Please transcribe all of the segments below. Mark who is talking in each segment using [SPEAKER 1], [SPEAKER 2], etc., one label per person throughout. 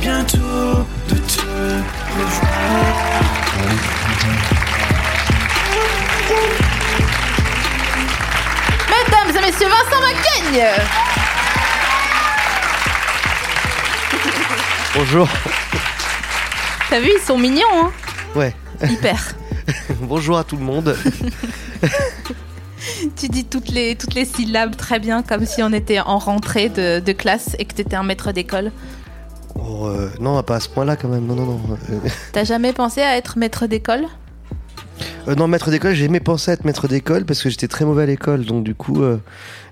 [SPEAKER 1] bientôt de te revoir.
[SPEAKER 2] Mesdames et messieurs, Vincent Macaigne
[SPEAKER 3] Bonjour.
[SPEAKER 2] T'as vu, ils sont mignons, hein
[SPEAKER 3] Ouais.
[SPEAKER 2] Hyper.
[SPEAKER 3] Bonjour à tout le monde.
[SPEAKER 2] tu dis toutes les, toutes les syllabes très bien, comme si on était en rentrée de, de classe et que t'étais un maître d'école.
[SPEAKER 3] Oh, euh, non, pas à ce point-là quand même. Non, non, non. Euh,
[SPEAKER 2] T'as jamais pensé à être maître d'école
[SPEAKER 3] euh, non, maître d'école, j'ai jamais pensé à être maître d'école parce que j'étais très mauvais à l'école. Donc, du coup, euh,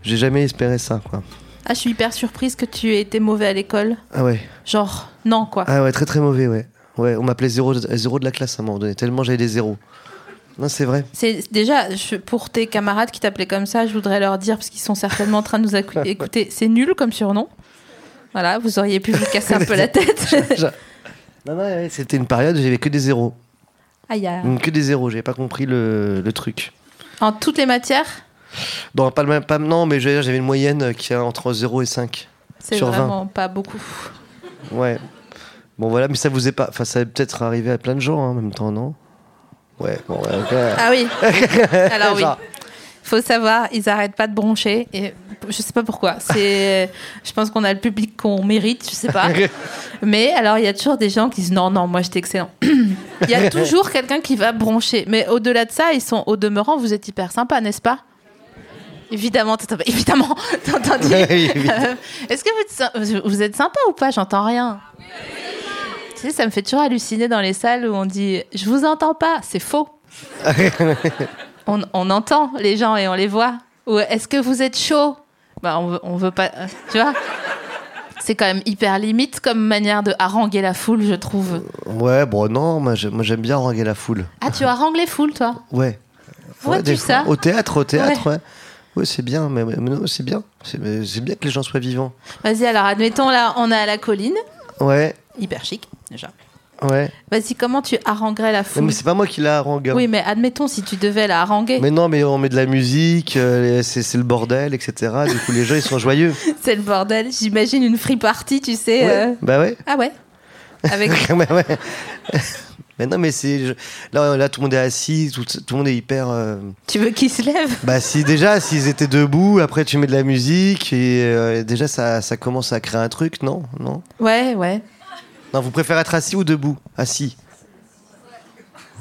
[SPEAKER 3] j'ai jamais espéré ça, quoi.
[SPEAKER 2] Ah, je suis hyper surprise que tu aies été mauvais à l'école.
[SPEAKER 3] Ah ouais.
[SPEAKER 2] Genre, non, quoi.
[SPEAKER 3] Ah ouais, très très mauvais, ouais. Ouais, on m'appelait zéro, zéro de la classe à un moment donné, tellement j'avais des zéros. Non, c'est vrai.
[SPEAKER 2] C'est déjà je- pour tes camarades qui t'appelaient comme ça, je voudrais leur dire parce qu'ils sont certainement en train de nous acou- écouter. C'est nul comme surnom. Voilà, vous auriez pu vous casser un peu la tête.
[SPEAKER 3] Je- Non, non, ouais, c'était une période où j'avais que des zéros.
[SPEAKER 2] Aïe, aïe.
[SPEAKER 3] Que des zéros, j'avais pas compris le, le truc.
[SPEAKER 2] En toutes les matières,
[SPEAKER 3] Non, pas le même, pas, non, mais j'avais j'avais une moyenne qui est entre 0 et 5.
[SPEAKER 2] c'est
[SPEAKER 3] Sur vingt.
[SPEAKER 2] vraiment pas beaucoup.
[SPEAKER 3] Ouais. Bon, voilà, mais ça vous est pas. Enfin, ça est peut-être arrivé à plein de gens hein, en même temps, non Ouais, bon, ouais, ok.
[SPEAKER 2] Ah oui. Alors oui.
[SPEAKER 3] Genre.
[SPEAKER 2] Faut savoir, ils arrêtent pas de broncher et je sais pas pourquoi. C'est, je pense qu'on a le public qu'on mérite, je sais pas. Mais alors il y a toujours des gens qui disent non non moi j'étais excellent. Il y a toujours quelqu'un qui va broncher. Mais au-delà de ça, ils sont au demeurant, vous êtes hyper sympa, n'est-ce pas Évidemment, t'as- t'as- évidemment, t'as entendu.
[SPEAKER 3] Oui, évidemment.
[SPEAKER 2] Euh, Est-ce que vous êtes, sy- vous êtes sympa ou pas J'entends rien. Tu sais, ça me fait toujours halluciner dans les salles où on dit je vous entends pas, c'est faux. on, on entend les gens et on les voit. Ou est-ce que vous êtes chaud Bah on veut, on veut pas, euh, tu vois. C'est quand même hyper limite comme manière de haranguer la foule, je trouve.
[SPEAKER 3] Ouais, bon, non, moi j'ai- moi, j'aime bien ranger la foule.
[SPEAKER 2] Ah, tu harangues les foules, toi
[SPEAKER 3] Ouais.
[SPEAKER 2] Vois-tu
[SPEAKER 3] des
[SPEAKER 2] ça
[SPEAKER 3] Au théâtre, au théâtre, ouais. Ouais, c'est bien, mais, mais non, c'est bien. C'est mais c'est bien que les gens soient vivants.
[SPEAKER 2] Vas-y, alors admettons là, on est à la colline,
[SPEAKER 3] Ouais,
[SPEAKER 2] hyper chic déjà.
[SPEAKER 3] ouais.
[SPEAKER 2] Vas-y, comment tu haranguerais la
[SPEAKER 3] Non,
[SPEAKER 2] foule
[SPEAKER 3] mais c'est pas moi qui la harangue. hein.
[SPEAKER 2] Oui, mais admettons si tu devais la haranguer,
[SPEAKER 3] Mais non, mais on met de la musique, euh, c'est c'est le bordel, etc. Du coup, les gens, ils sont joyeux.
[SPEAKER 2] c'est le bordel. J'imagine une free party, tu sais. euh,
[SPEAKER 3] Ouais. Bah ouais.
[SPEAKER 2] Ah ouais. Avec
[SPEAKER 3] Ouais, ouais. mais non, mais c'est. je- Là, là, tout le monde est assis, tout, tout le monde est hyper. euh,
[SPEAKER 2] tu veux qu'il se lève
[SPEAKER 3] Bah si déjà s'ils étaient debout, après tu mets de la musique et euh, déjà ça, ça commence à créer un truc, non Non
[SPEAKER 2] Ouais, ouais.
[SPEAKER 3] Non, vous préférez être assis ou debout Assis.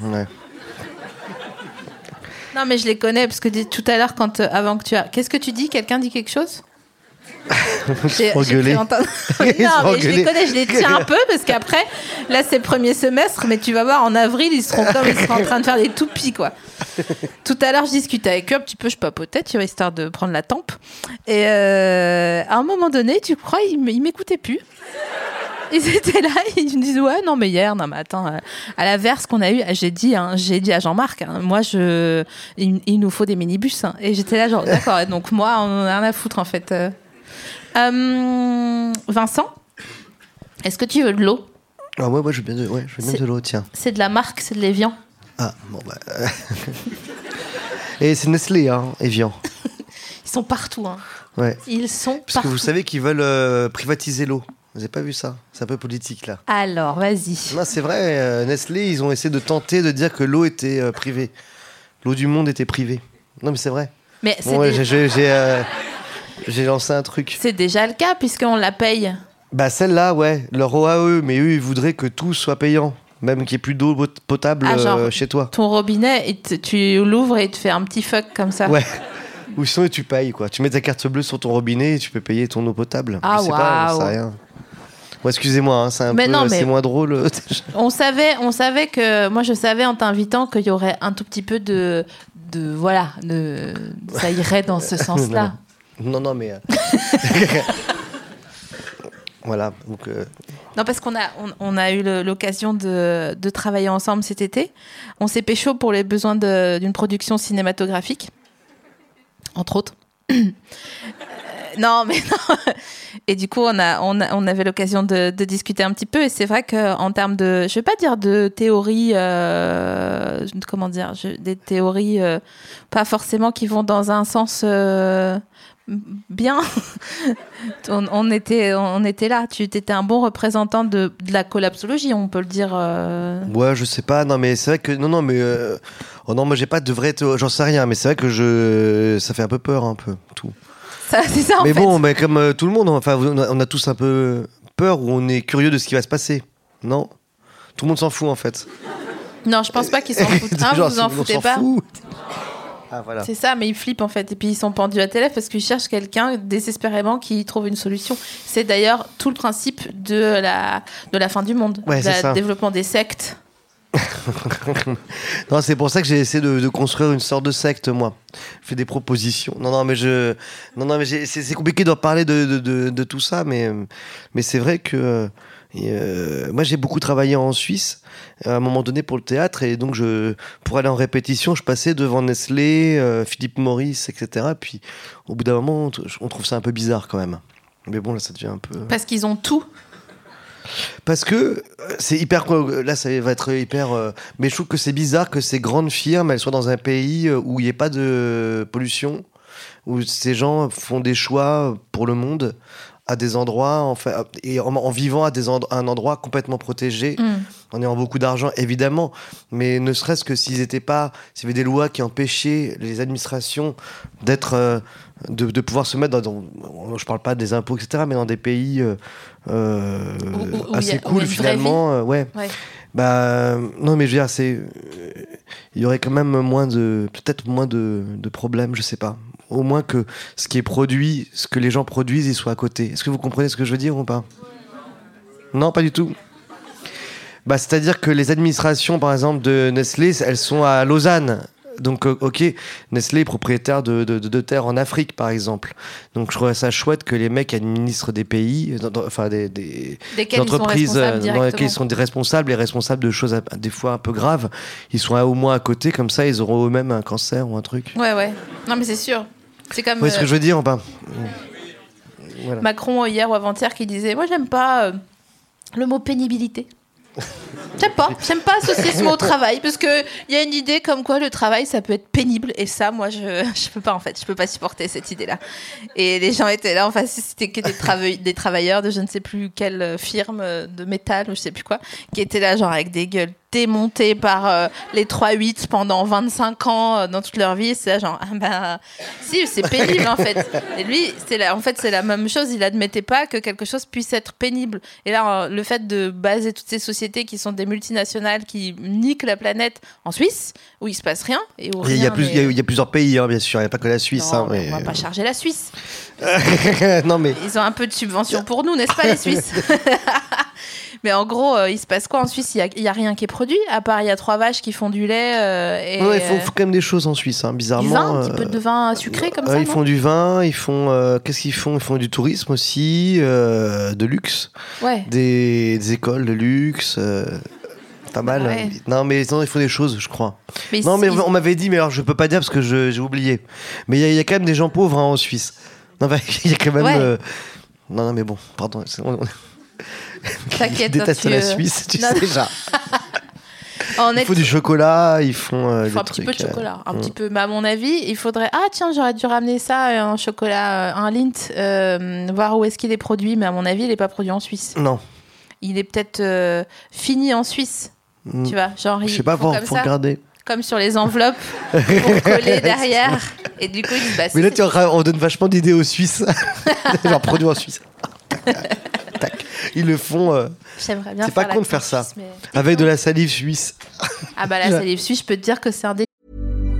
[SPEAKER 3] Ouais.
[SPEAKER 2] Non, mais je les connais parce que dis- tout à l'heure, quand euh, avant que tu as, qu'est-ce que tu dis Quelqu'un dit quelque chose J'ai
[SPEAKER 3] font
[SPEAKER 2] j'ai
[SPEAKER 3] gueuler.
[SPEAKER 2] cru entendre-
[SPEAKER 3] Ils se
[SPEAKER 2] non,
[SPEAKER 3] font
[SPEAKER 2] mais je les
[SPEAKER 3] gueuler.
[SPEAKER 2] connais, je les tiens un peu parce qu'après, là, c'est premier semestre, mais tu vas voir, en avril, ils seront comme ils seront en train de faire des toupies, quoi. Tout à l'heure, je discutais avec eux un petit peu, je papotais, tu vois, histoire de prendre la tempe. Et euh, à un moment donné, tu crois, ils m- ils m'écoutaient plus. Ils étaient là, ils me disent ouais non mais hier non mais attends euh, à la verse qu'on a eu j'ai dit hein, j'ai dit à Jean-Marc hein, moi je il, il nous faut des minibus hein. et j'étais là genre d'accord donc moi on en a rien à foutre en fait euh. Euh, Vincent est-ce que tu veux de l'eau
[SPEAKER 3] Ah ouais, ouais, je veux bien de, ouais, je veux bien
[SPEAKER 2] C'est-
[SPEAKER 3] de l'eau, tiens.
[SPEAKER 2] c'est de la marque c'est de l'Evian
[SPEAKER 3] Ah bon bah. euh. et c'est Nestlé, hein, Evian.
[SPEAKER 2] ils sont partout hein.
[SPEAKER 3] Ouais.
[SPEAKER 2] ils sont
[SPEAKER 3] Parce que
[SPEAKER 2] partout
[SPEAKER 3] vous savez qu'ils veulent euh, privatiser l'eau. Vous avez pas vu ça C'est un peu politique là.
[SPEAKER 2] alors vas-y
[SPEAKER 3] Non, c'est vrai. euh, Nestlé, ils ont essayé de tenter de dire que l'eau était euh, privée. L'eau du monde était privée. Non, mais c'est vrai.
[SPEAKER 2] mais c'est
[SPEAKER 3] Bon, ouais,
[SPEAKER 2] dé-
[SPEAKER 3] j'ai- j'ai j'ai, euh, j'ai lancé un truc.
[SPEAKER 2] c'est déjà le cas puisqu'on la paye
[SPEAKER 3] Bah celle-là, ouais, leur OAE, mais eux, ils voudraient que tout soit payant, même qu'il n'y ait plus d'eau pot- potable
[SPEAKER 2] Ah, genre-
[SPEAKER 3] euh, chez toi.
[SPEAKER 2] ton robinet et t- tu l'ouvres et tu fais un petit fuck comme ça
[SPEAKER 3] Ouais. Ou sinon, tu payes, quoi. Tu mets ta carte bleue sur ton robinet et tu peux payer ton eau potable.
[SPEAKER 2] Ah,
[SPEAKER 3] Je sais pas, j'en sais
[SPEAKER 2] waouh.
[SPEAKER 3] rien. Bon, excusez-moi, hein, c'est un
[SPEAKER 2] Mais
[SPEAKER 3] peu,
[SPEAKER 2] non, mais-
[SPEAKER 3] c'est moins drôle. euh,
[SPEAKER 2] On savait, on savait que moi je savais en t'invitant qu'il y aurait un tout petit peu de, de voilà, de, ça irait dans ce sens-là.
[SPEAKER 3] non, non, mais. euh, voilà, donc. euh,
[SPEAKER 2] Non, parce qu'on a, on, on a eu le- l'occasion de, de travailler ensemble cet été. On s'est pécho pour les besoins de- d'une production cinématographique, entre autres. Euh, non, mais non. Et du coup, on, a, on, a- on avait l'occasion de, de discuter un petit peu. Et c'est vrai qu'en termes de, je ne vais pas dire de théorie, euh, comment dire, je- des théories euh, pas forcément qui vont dans un sens euh, bien. On, on était, on était là. Tu étais un bon représentant de, de la collapsologie, on peut le dire. euh.
[SPEAKER 3] Ouais, je sais pas. Non, mais c'est vrai que non, non, mais euh, oh non, moi j'ai pas de vrai. théo- J'en sais rien, mais c'est vrai que je, ça fait un peu peur, un peu tout.
[SPEAKER 2] Ça, c'est ça, en
[SPEAKER 3] mais
[SPEAKER 2] fait.
[SPEAKER 3] bon, mais comme euh, tout le monde, enfin, vous- on a, on a tous un peu peur ou on est curieux de ce qui va se passer. Non, tout le monde s'en fout en fait.
[SPEAKER 2] Non, je pense pas qu'ils s'en foutent. Hein,
[SPEAKER 3] Genre,
[SPEAKER 2] vous
[SPEAKER 3] tout
[SPEAKER 2] vous en
[SPEAKER 3] le monde
[SPEAKER 2] foutez
[SPEAKER 3] s'en
[SPEAKER 2] pas.
[SPEAKER 3] fout. Ah voilà.
[SPEAKER 2] C'est ça, mais ils flippent en fait. Et puis ils sont pendus à télé parce qu'ils cherchent quelqu'un désespérément qui trouve une solution. C'est d'ailleurs tout le principe de la, de la fin du monde,
[SPEAKER 3] Ouais, c'est
[SPEAKER 2] le
[SPEAKER 3] ça.
[SPEAKER 2] développement des sectes.
[SPEAKER 3] Non, c'est pour ça que j'ai essayé de, de construire une sorte de secte, moi. Je fais des propositions. Non, non, mais je, non, non, mais j'ai- c'est c'est compliqué d'en parler de, de, de- de tout ça, mais, euh, mais c'est vrai que euh, et, euh, moi j'ai beaucoup travaillé en Suisse à un moment donné pour le théâtre et donc je, pour aller en répétition, je passais devant Nestlé, euh, Philippe Maurice, etc. Puis au bout d'un moment, on tr- on trouve ça un peu bizarre quand même. Mais bon, là, ça devient un peu.
[SPEAKER 2] Parce qu'ils ont tout.
[SPEAKER 3] Parce que euh, c'est hyper. Là, ça va être hyper. euh, Mais je trouve que c'est bizarre que ces grandes firmes, elles soient dans un pays euh, où il n'y ait pas de pollution, où ces gens font des choix pour le monde à des endroits, en fait, et en, en vivant à, des endro- à un endroit complètement protégé,
[SPEAKER 2] Mm.
[SPEAKER 3] en ayant beaucoup d'argent, évidemment, mais ne serait-ce que s'ils n'étaient pas, s'il y avait des lois qui empêchaient les administrations d'être, euh, de, de pouvoir se mettre dans, dans- je parle pas des impôts, etc., mais dans des pays euh, euh,
[SPEAKER 2] Où- où- où y a- où y a
[SPEAKER 3] assez
[SPEAKER 2] une
[SPEAKER 3] cool
[SPEAKER 2] vraie
[SPEAKER 3] finalement, euh, ouais.
[SPEAKER 2] Ouais.
[SPEAKER 3] Bah euh, non, mais je veux dire, c'est, euh, il y aurait quand même moins de, peut-être moins de, de problèmes, je sais pas. Au moins que ce qui est produit, ce que les gens produisent, ils soient à côté. Est-ce que vous comprenez ce que je veux dire ou pas Non, pas du tout. Bah, c'est-à-dire que les administrations, par exemple, de Nestlé, elles sont à Lausanne. Donc, euh, ok, Nestlé est propriétaire de, de, de- de terres en Afrique, par exemple. Donc, je trouve ça chouette que les mecs administrent des pays, euh, dans- dans- enfin, des, des,
[SPEAKER 2] Desquels ils sont
[SPEAKER 3] entreprises
[SPEAKER 2] responsables
[SPEAKER 3] euh, dans lesquelles
[SPEAKER 2] directement.
[SPEAKER 3] ils sont des responsables et responsables de choses à- des fois un peu graves. Ils sont à- au moins à côté, comme ça, ils auront eux-mêmes un cancer ou un truc.
[SPEAKER 2] Ouais, ouais. Non, mais c'est sûr. C'est comme
[SPEAKER 3] Vous voyez ce
[SPEAKER 2] euh,
[SPEAKER 3] que je veux dire ou pas
[SPEAKER 2] Macron euh, hier ou avant-hier qui disait Moi, j'aime pas euh, le mot pénibilité. J'aime pas, j'aime pas associer ce mot au travail parce que il y a une idée comme quoi le travail ça peut être pénible et ça moi je, je peux pas en fait, je peux pas supporter cette idée là. Et les gens étaient là, enfin c'était que des, trava- des travailleurs de je ne sais plus quelle euh, firme euh, de métal ou je sais plus quoi qui étaient là genre avec des gueules démontées par euh, les 3-8 pendant 25 ans euh, dans toute leur vie, c'est là genre ah bah si c'est pénible en fait. Et lui c'est la, en fait c'est la même chose, il admettait pas que quelque chose puisse être pénible. Et là euh, le fait de baser toutes ces sociétés qui sont des multinationales qui niquent la planète en Suisse où il se passe rien et où
[SPEAKER 3] Il y a- il y, a
[SPEAKER 2] rien
[SPEAKER 3] plus-
[SPEAKER 2] n'est-
[SPEAKER 3] il y a- il y a plusieurs pays, hein, bien sûr. Il n'y a pas que la Suisse.
[SPEAKER 2] Non,
[SPEAKER 3] hein,
[SPEAKER 2] mais
[SPEAKER 3] mais-
[SPEAKER 2] on va pas charger la Suisse.
[SPEAKER 3] non, mais.
[SPEAKER 2] Ils ont un peu de subvention pour nous, n'est-ce pas, les Suisses Mais en gros, euh, il se passe quoi en Suisse Il n'y a, rien qui est produit, à part il y a trois vaches qui font du lait euh, et
[SPEAKER 3] Non, il faut,
[SPEAKER 2] euh,
[SPEAKER 3] faut quand même des choses en Suisse, hein,
[SPEAKER 2] du
[SPEAKER 3] bizarrement.
[SPEAKER 2] vin, un petit
[SPEAKER 3] euh,
[SPEAKER 2] peu de vin sucré comme
[SPEAKER 3] euh,
[SPEAKER 2] ça.
[SPEAKER 3] ils
[SPEAKER 2] non
[SPEAKER 3] font du vin, ils font. euh, Qu'est-ce qu'ils font Ils font du tourisme aussi, euh, de luxe,
[SPEAKER 2] Ouais.
[SPEAKER 3] des, des écoles de luxe. euh, Pas mal. hein.
[SPEAKER 2] Ouais.
[SPEAKER 3] Non, mais non, ils font des choses, je crois.
[SPEAKER 2] Mais
[SPEAKER 3] non,
[SPEAKER 2] ils-
[SPEAKER 3] mais
[SPEAKER 2] ils-
[SPEAKER 3] on m'avait dit, mais alors je peux pas dire parce que je- j'ai oublié. Mais il y, a- il y a quand même des gens pauvres hein, en Suisse. Non, bah, il y a quand même.
[SPEAKER 2] Ouais.
[SPEAKER 3] euh, Non, non, mais bon, pardon. c'est- On, on-
[SPEAKER 2] T'inquiète,
[SPEAKER 3] ils détestent
[SPEAKER 2] tu,
[SPEAKER 3] la
[SPEAKER 2] euh,
[SPEAKER 3] Suisse, tu
[SPEAKER 2] non,
[SPEAKER 3] sais déjà.
[SPEAKER 2] en
[SPEAKER 3] Ils
[SPEAKER 2] est-
[SPEAKER 3] font du chocolat, ils font. euh,
[SPEAKER 2] il faut
[SPEAKER 3] des
[SPEAKER 2] un petit
[SPEAKER 3] trucs,
[SPEAKER 2] peu de
[SPEAKER 3] euh,
[SPEAKER 2] chocolat, un
[SPEAKER 3] hum.
[SPEAKER 2] petit peu. Mais à mon avis, il faudrait. Ah tiens, j'aurais dû ramener ça, euh, un chocolat, euh, un lint, euh, voir où est-ce qu'il est produit. Mais à mon avis, il n'est pas produit en Suisse.
[SPEAKER 3] Non.
[SPEAKER 2] Il est peut-être euh, fini en Suisse. Tu vois, genre
[SPEAKER 3] Mm. Je
[SPEAKER 2] ils
[SPEAKER 3] sais pas,
[SPEAKER 2] font
[SPEAKER 3] faut,
[SPEAKER 2] comme
[SPEAKER 3] faut
[SPEAKER 2] ça.
[SPEAKER 3] regarder.
[SPEAKER 2] comme sur les enveloppes pour coller derrière. Et du coup, ils disent, bah,
[SPEAKER 3] Mais
[SPEAKER 2] si,
[SPEAKER 3] là, tu, vois, on donne vachement d'idées aux Suisses. Genre, produits en Suisse. Tac. Ils le font euh,
[SPEAKER 2] c'est- j'aimerais bien
[SPEAKER 3] c'est pas
[SPEAKER 2] la
[SPEAKER 3] con de faire ça.
[SPEAKER 2] suisse, mais-
[SPEAKER 3] avec de la salive suisse.
[SPEAKER 2] Ah bah la salive suisse, je peux te dire que c'est un dé-
[SPEAKER 4] I'm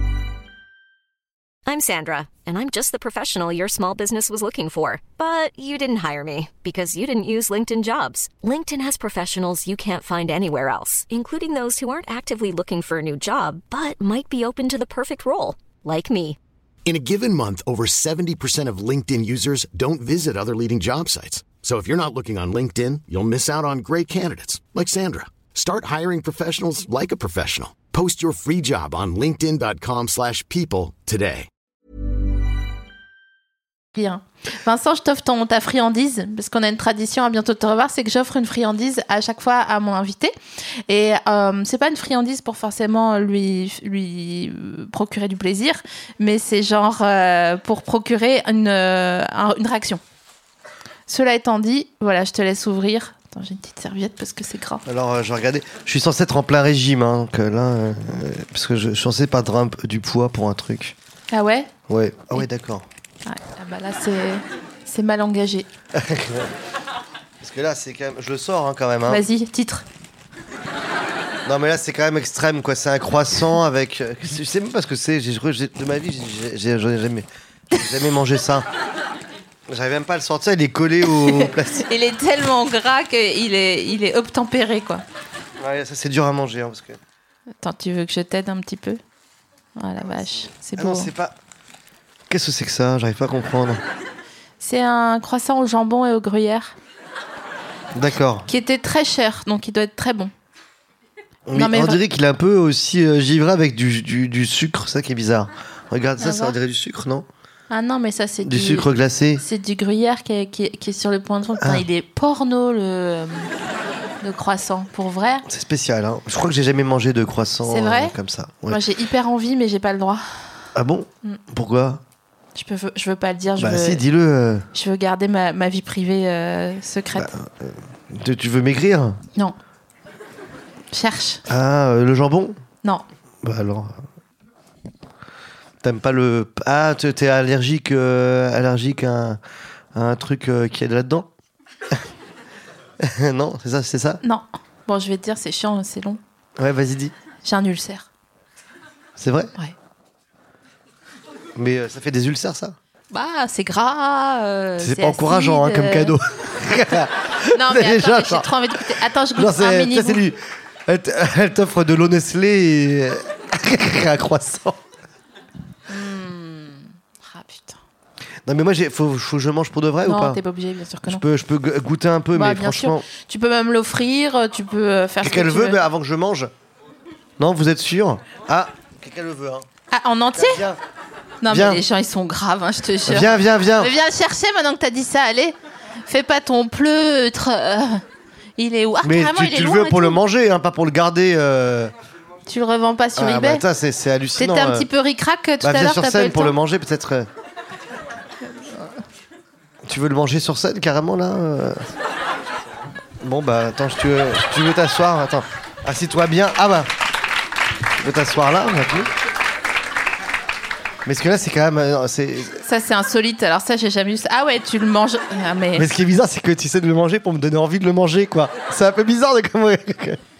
[SPEAKER 4] I'm Sandra, and I'm just the professional your small business was looking for. But you didn't hire me because you didn't use LinkedIn jobs. LinkedIn has professionals you can't find anywhere else, including those who aren't actively looking for a new job but might be open to the perfect role, like me.
[SPEAKER 5] In a given month, over 70% of LinkedIn users don't visit other leading job sites. So if you're not looking on LinkedIn, you'll miss out on great candidates like Sandra. Start hiring professionals like a professional. Post your free job on linkedin.com/people slash people today.
[SPEAKER 2] Bien. Vincent, je t'offre ton- ta friandise, parce qu'on a une tradition à bientôt te revoir, c'est que j'offre une friandise à chaque fois à mon invité. Et euh, c'est pas une friandise pour forcément lui, lui euh, procurer du plaisir, mais c'est genre euh, pour procurer une, euh, un- une réaction. Cela étant dit, voilà, je te laisse ouvrir. Attends, j'ai une petite serviette parce que c'est gras.
[SPEAKER 3] Alors, euh, je vais regarder. Je suis censé être en plein régime, hein, donc euh, là, euh, parce que je, je suis censé perdre un p- du poids pour un truc.
[SPEAKER 2] Ah ouais
[SPEAKER 3] Ouais. Ah ouais, d'accord.
[SPEAKER 2] Ouais. Ah bah là, c'est c'est mal engagé.
[SPEAKER 3] Parce que là, c'est quand même. Je le sors hein, quand même. hein.
[SPEAKER 2] Vas-y, titre.
[SPEAKER 3] Non, mais là, c'est quand même extrême, quoi. C'est un croissant avec. euh, Je sais même pas ce que c'est. J'ai- j'ai- De ma vie, j'ai- j'ai j'en ai jamais, j'ai jamais mangé ça. J'avais même pas à le sortir. Il est collé au plastique.
[SPEAKER 2] Il est tellement gras qu'il est, il est obtempéré, quoi.
[SPEAKER 3] Ouais, ça, c'est dur à manger, hein, parce que.
[SPEAKER 2] Attends, tu veux que je t'aide un petit peu Ah la vache, c'est
[SPEAKER 3] Ah
[SPEAKER 2] beau.
[SPEAKER 3] non,
[SPEAKER 2] hein.
[SPEAKER 3] c'est pas. Qu'est-ce que c'est que ça J'arrive pas à comprendre.
[SPEAKER 2] c'est un croissant au jambon et au gruyère
[SPEAKER 3] D'accord.
[SPEAKER 2] qui était très cher, donc il doit être très bon.
[SPEAKER 3] Oui,
[SPEAKER 2] Non, mais
[SPEAKER 3] on
[SPEAKER 2] va-
[SPEAKER 3] dirait qu'il est un peu aussi euh, givré avec du, du, du sucre, ça qui est bizarre. Regarde
[SPEAKER 2] À
[SPEAKER 3] ça, ça
[SPEAKER 2] voir.
[SPEAKER 3] on dirait du sucre, non
[SPEAKER 2] Ah non, mais ça c'est
[SPEAKER 3] Du
[SPEAKER 2] Ah du,
[SPEAKER 3] sucre glacé.
[SPEAKER 2] C'est du gruyère qui est, qui est- qui est sur le point de fond. Putain,
[SPEAKER 3] Ah.
[SPEAKER 2] il est porno le, le croissant, pour vrai.
[SPEAKER 3] C'est spécial, hein. Je crois que j'ai jamais mangé de croissant
[SPEAKER 2] C'est vrai
[SPEAKER 3] euh, comme ça. Ouais.
[SPEAKER 2] Moi j'ai hyper envie, mais j'ai pas le droit.
[SPEAKER 3] Ah bon Pourquoi
[SPEAKER 2] Je peux, je veux pas le dire. Je,
[SPEAKER 3] Bah
[SPEAKER 2] veux,
[SPEAKER 3] si, dis-le. euh,
[SPEAKER 2] je veux garder ma, ma vie privée euh, secrète.
[SPEAKER 3] Bah, tu- tu veux maigrir
[SPEAKER 2] Non. Cherche.
[SPEAKER 3] Ah, euh, le jambon
[SPEAKER 2] Non.
[SPEAKER 3] Bah alors. euh, T'aimes pas le. Ah, t'es t'es allergique, euh, allergique à, à un truc euh, qui est là-dedans Non, c'est ça, c'est ça
[SPEAKER 2] Non. Bon, je vais te dire, c'est chiant, c'est long.
[SPEAKER 3] Ouais, vas-y, dis.
[SPEAKER 2] J'ai un ulcère.
[SPEAKER 3] C'est vrai
[SPEAKER 2] Ouais.
[SPEAKER 3] Mais euh, ça fait des ulcères, ça
[SPEAKER 2] Bah, c'est gras. euh,
[SPEAKER 3] C'est pas encourageant hein,
[SPEAKER 2] acide,
[SPEAKER 3] comme
[SPEAKER 2] euh.
[SPEAKER 3] cadeau.
[SPEAKER 2] Non, mais
[SPEAKER 3] Déjà,
[SPEAKER 2] attends, mais j'ai
[SPEAKER 3] genre-
[SPEAKER 2] trop envie d'écouter. Attends, je goûte
[SPEAKER 3] Genre,
[SPEAKER 2] un
[SPEAKER 3] c'est
[SPEAKER 2] mini.
[SPEAKER 3] ça, c'est
[SPEAKER 2] goût.
[SPEAKER 3] lui. Elle t- elle t'offre de l'eau Nestlé et un croissant.
[SPEAKER 2] Ah putain.
[SPEAKER 3] Non, mais moi, j'ai- faut, faut que je mange pour de vrai ou
[SPEAKER 2] Non,
[SPEAKER 3] pas
[SPEAKER 2] t'es pas obligé, bien sûr que
[SPEAKER 3] je
[SPEAKER 2] non.
[SPEAKER 3] peux, je peux go- goûter un peu,
[SPEAKER 2] Bah,
[SPEAKER 3] mais
[SPEAKER 2] bien
[SPEAKER 3] franchement,
[SPEAKER 2] sûr. Tu peux même l'offrir, tu peux euh, faire ce que
[SPEAKER 3] quelqu'un
[SPEAKER 2] tu
[SPEAKER 3] le veut
[SPEAKER 2] veux.
[SPEAKER 3] mais avant que je mange Non, vous êtes sûr Ah, quelqu'un le veut. Hein.
[SPEAKER 2] Ah, en entier
[SPEAKER 3] Viens,
[SPEAKER 2] Non,
[SPEAKER 3] viens.
[SPEAKER 2] mais les gens, ils sont graves, hein, je te jure.
[SPEAKER 3] viens, viens. viens.
[SPEAKER 2] Mais viens chercher maintenant que t'as dit ça, allez. Fais pas ton pleutre. euh. Il est où Ah,
[SPEAKER 3] Mais
[SPEAKER 2] carrément,
[SPEAKER 3] tu,
[SPEAKER 2] il est
[SPEAKER 3] tu le
[SPEAKER 2] loin
[SPEAKER 3] veux
[SPEAKER 2] et
[SPEAKER 3] pour le
[SPEAKER 2] tout.
[SPEAKER 3] manger, hein, pas pour le garder. euh.
[SPEAKER 2] Tu le revends pas sur
[SPEAKER 3] Ah, bah,
[SPEAKER 2] eBay
[SPEAKER 3] ça, c'est c'est hallucinant.
[SPEAKER 2] T'étais un
[SPEAKER 3] euh.
[SPEAKER 2] petit peu ricrac tout
[SPEAKER 3] Bah,
[SPEAKER 2] à
[SPEAKER 3] viens
[SPEAKER 2] l'heure, t'as
[SPEAKER 3] sur
[SPEAKER 2] pas eu
[SPEAKER 3] scène
[SPEAKER 2] le
[SPEAKER 3] pour
[SPEAKER 2] temps.
[SPEAKER 3] le manger, peut-être. euh. Tu veux le manger sur scène, carrément, là euh Bon, bah, attends, si tu veux, si tu veux t'asseoir, attends. Assis-toi bien. Ah, bah. Tu veux t'asseoir là, maintenant Mais ce que là, c'est quand même. euh, non, c'est-
[SPEAKER 2] Ça, c'est insolite. Alors, ça, j'ai jamais vu ça. Ah ouais, tu le manges. Ah, mais...
[SPEAKER 3] Mais ce qui est bizarre, c'est que tu essaies de le manger pour me donner envie de le manger, quoi. C'est un peu bizarre de comme, euh,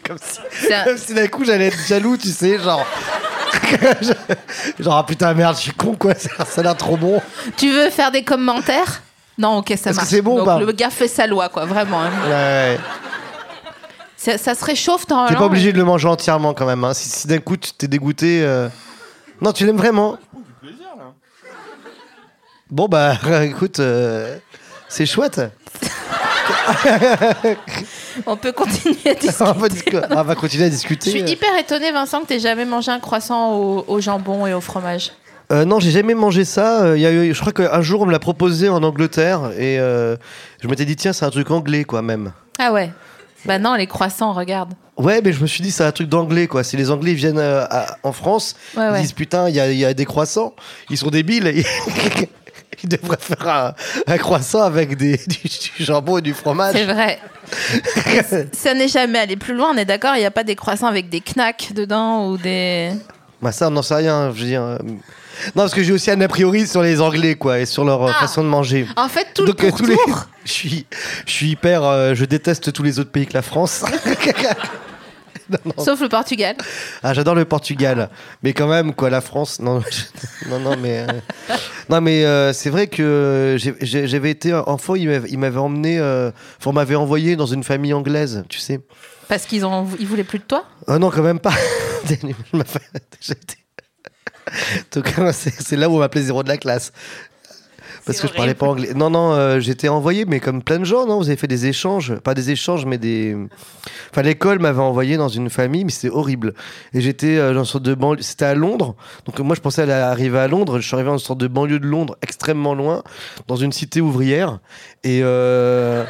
[SPEAKER 3] comme si,
[SPEAKER 2] un-
[SPEAKER 3] comme si d'un coup j'allais être jaloux, tu sais, genre. genre, ah putain, merde, je suis con, quoi. Ça ça a l'air trop bon.
[SPEAKER 2] Tu veux faire des commentaires Non, ok, ça
[SPEAKER 3] Est-ce que
[SPEAKER 2] marche.
[SPEAKER 3] c'est bon ou
[SPEAKER 2] Donc,
[SPEAKER 3] pas
[SPEAKER 2] Le gars fait sa loi, quoi, vraiment. hein.
[SPEAKER 3] Ouais, ouais.
[SPEAKER 2] Ça, ça se réchauffe dans
[SPEAKER 3] T'es pas obligé de le manger entièrement quand même. hein. Si, si d'un coup tu t'es dégoûté. euh, Non, tu l'aimes vraiment. Bon bah écoute, euh, c'est chouette.
[SPEAKER 2] On peut continuer à discuter.
[SPEAKER 3] on, va discu- Ah, on va continuer à
[SPEAKER 2] Je
[SPEAKER 3] discuter.
[SPEAKER 2] suis hyper étonnée, Vincent, que t'aies jamais mangé un croissant au, au jambon et au fromage.
[SPEAKER 3] Euh, non, j'ai jamais mangé ça. Euh, il y a eu- je crois qu'un jour on me l'a proposé en Angleterre et euh, je m'étais dit tiens c'est un truc anglais quoi même.
[SPEAKER 2] Ah ouais Bah non, les croissants, regarde.
[SPEAKER 3] Ouais, mais je me suis dit, c'est un truc d'anglais, quoi. Si les anglais ils viennent euh, à- en France,
[SPEAKER 2] Ouais,
[SPEAKER 3] ils
[SPEAKER 2] ouais.
[SPEAKER 3] disent putain, il y a, il y a des croissants, ils sont débiles. ils devraient faire un, un croissant avec des, du, du jambon et du
[SPEAKER 2] C'est
[SPEAKER 3] fromage.
[SPEAKER 2] vrai. ça n'est jamais allé plus loin, on est d'accord Il n'y a pas des croissants avec des knacks dedans ou des.
[SPEAKER 3] Bah, ça, on n'en sait rien. Je veux dire. euh, Non, parce que j'ai aussi un a priori sur les anglais, quoi, et sur leur euh,
[SPEAKER 2] Ah.
[SPEAKER 3] façon de manger.
[SPEAKER 2] En fait, tout
[SPEAKER 3] Donc,
[SPEAKER 2] le
[SPEAKER 3] euh, tous les.
[SPEAKER 2] pourtour.
[SPEAKER 3] Je suis, je suis hyper. euh, je déteste tous les autres pays que la France.
[SPEAKER 2] Sauf le Portugal.
[SPEAKER 3] Ah, j'adore le Portugal, mais quand même quoi, la France. Non, je- non, non, mais euh, non, mais euh, c'est vrai que j'ai- j'ai- j'avais été enfant, il m'avait il m'avait emmené, euh, enfin, on m'avait envoyé dans une famille anglaise, tu sais.
[SPEAKER 2] Parce qu'ils ont, ils voulaient plus de toi.
[SPEAKER 3] Ah non, quand même pas. Je m'appelle- j'ai été- Donc, euh, c'est c'est là où on m'appelait zéro de la classe. Parce
[SPEAKER 2] C'est
[SPEAKER 3] que je parlais
[SPEAKER 2] horrible.
[SPEAKER 3] pas anglais. Non, non, euh, j'étais envoyé, mais comme plein de gens, non Vous avez fait des échanges. Pas des échanges, mais des. Enfin, l'école m'avait envoyé dans une famille, mais c'était horrible. Et j'étais euh, dans une sorte de banlieue. C'était à Londres. Donc, euh, moi, je pensais aller arriver à Londres. Je suis arrivé dans une sorte de banlieue de Londres, extrêmement loin, dans une cité ouvrière. Et. euh,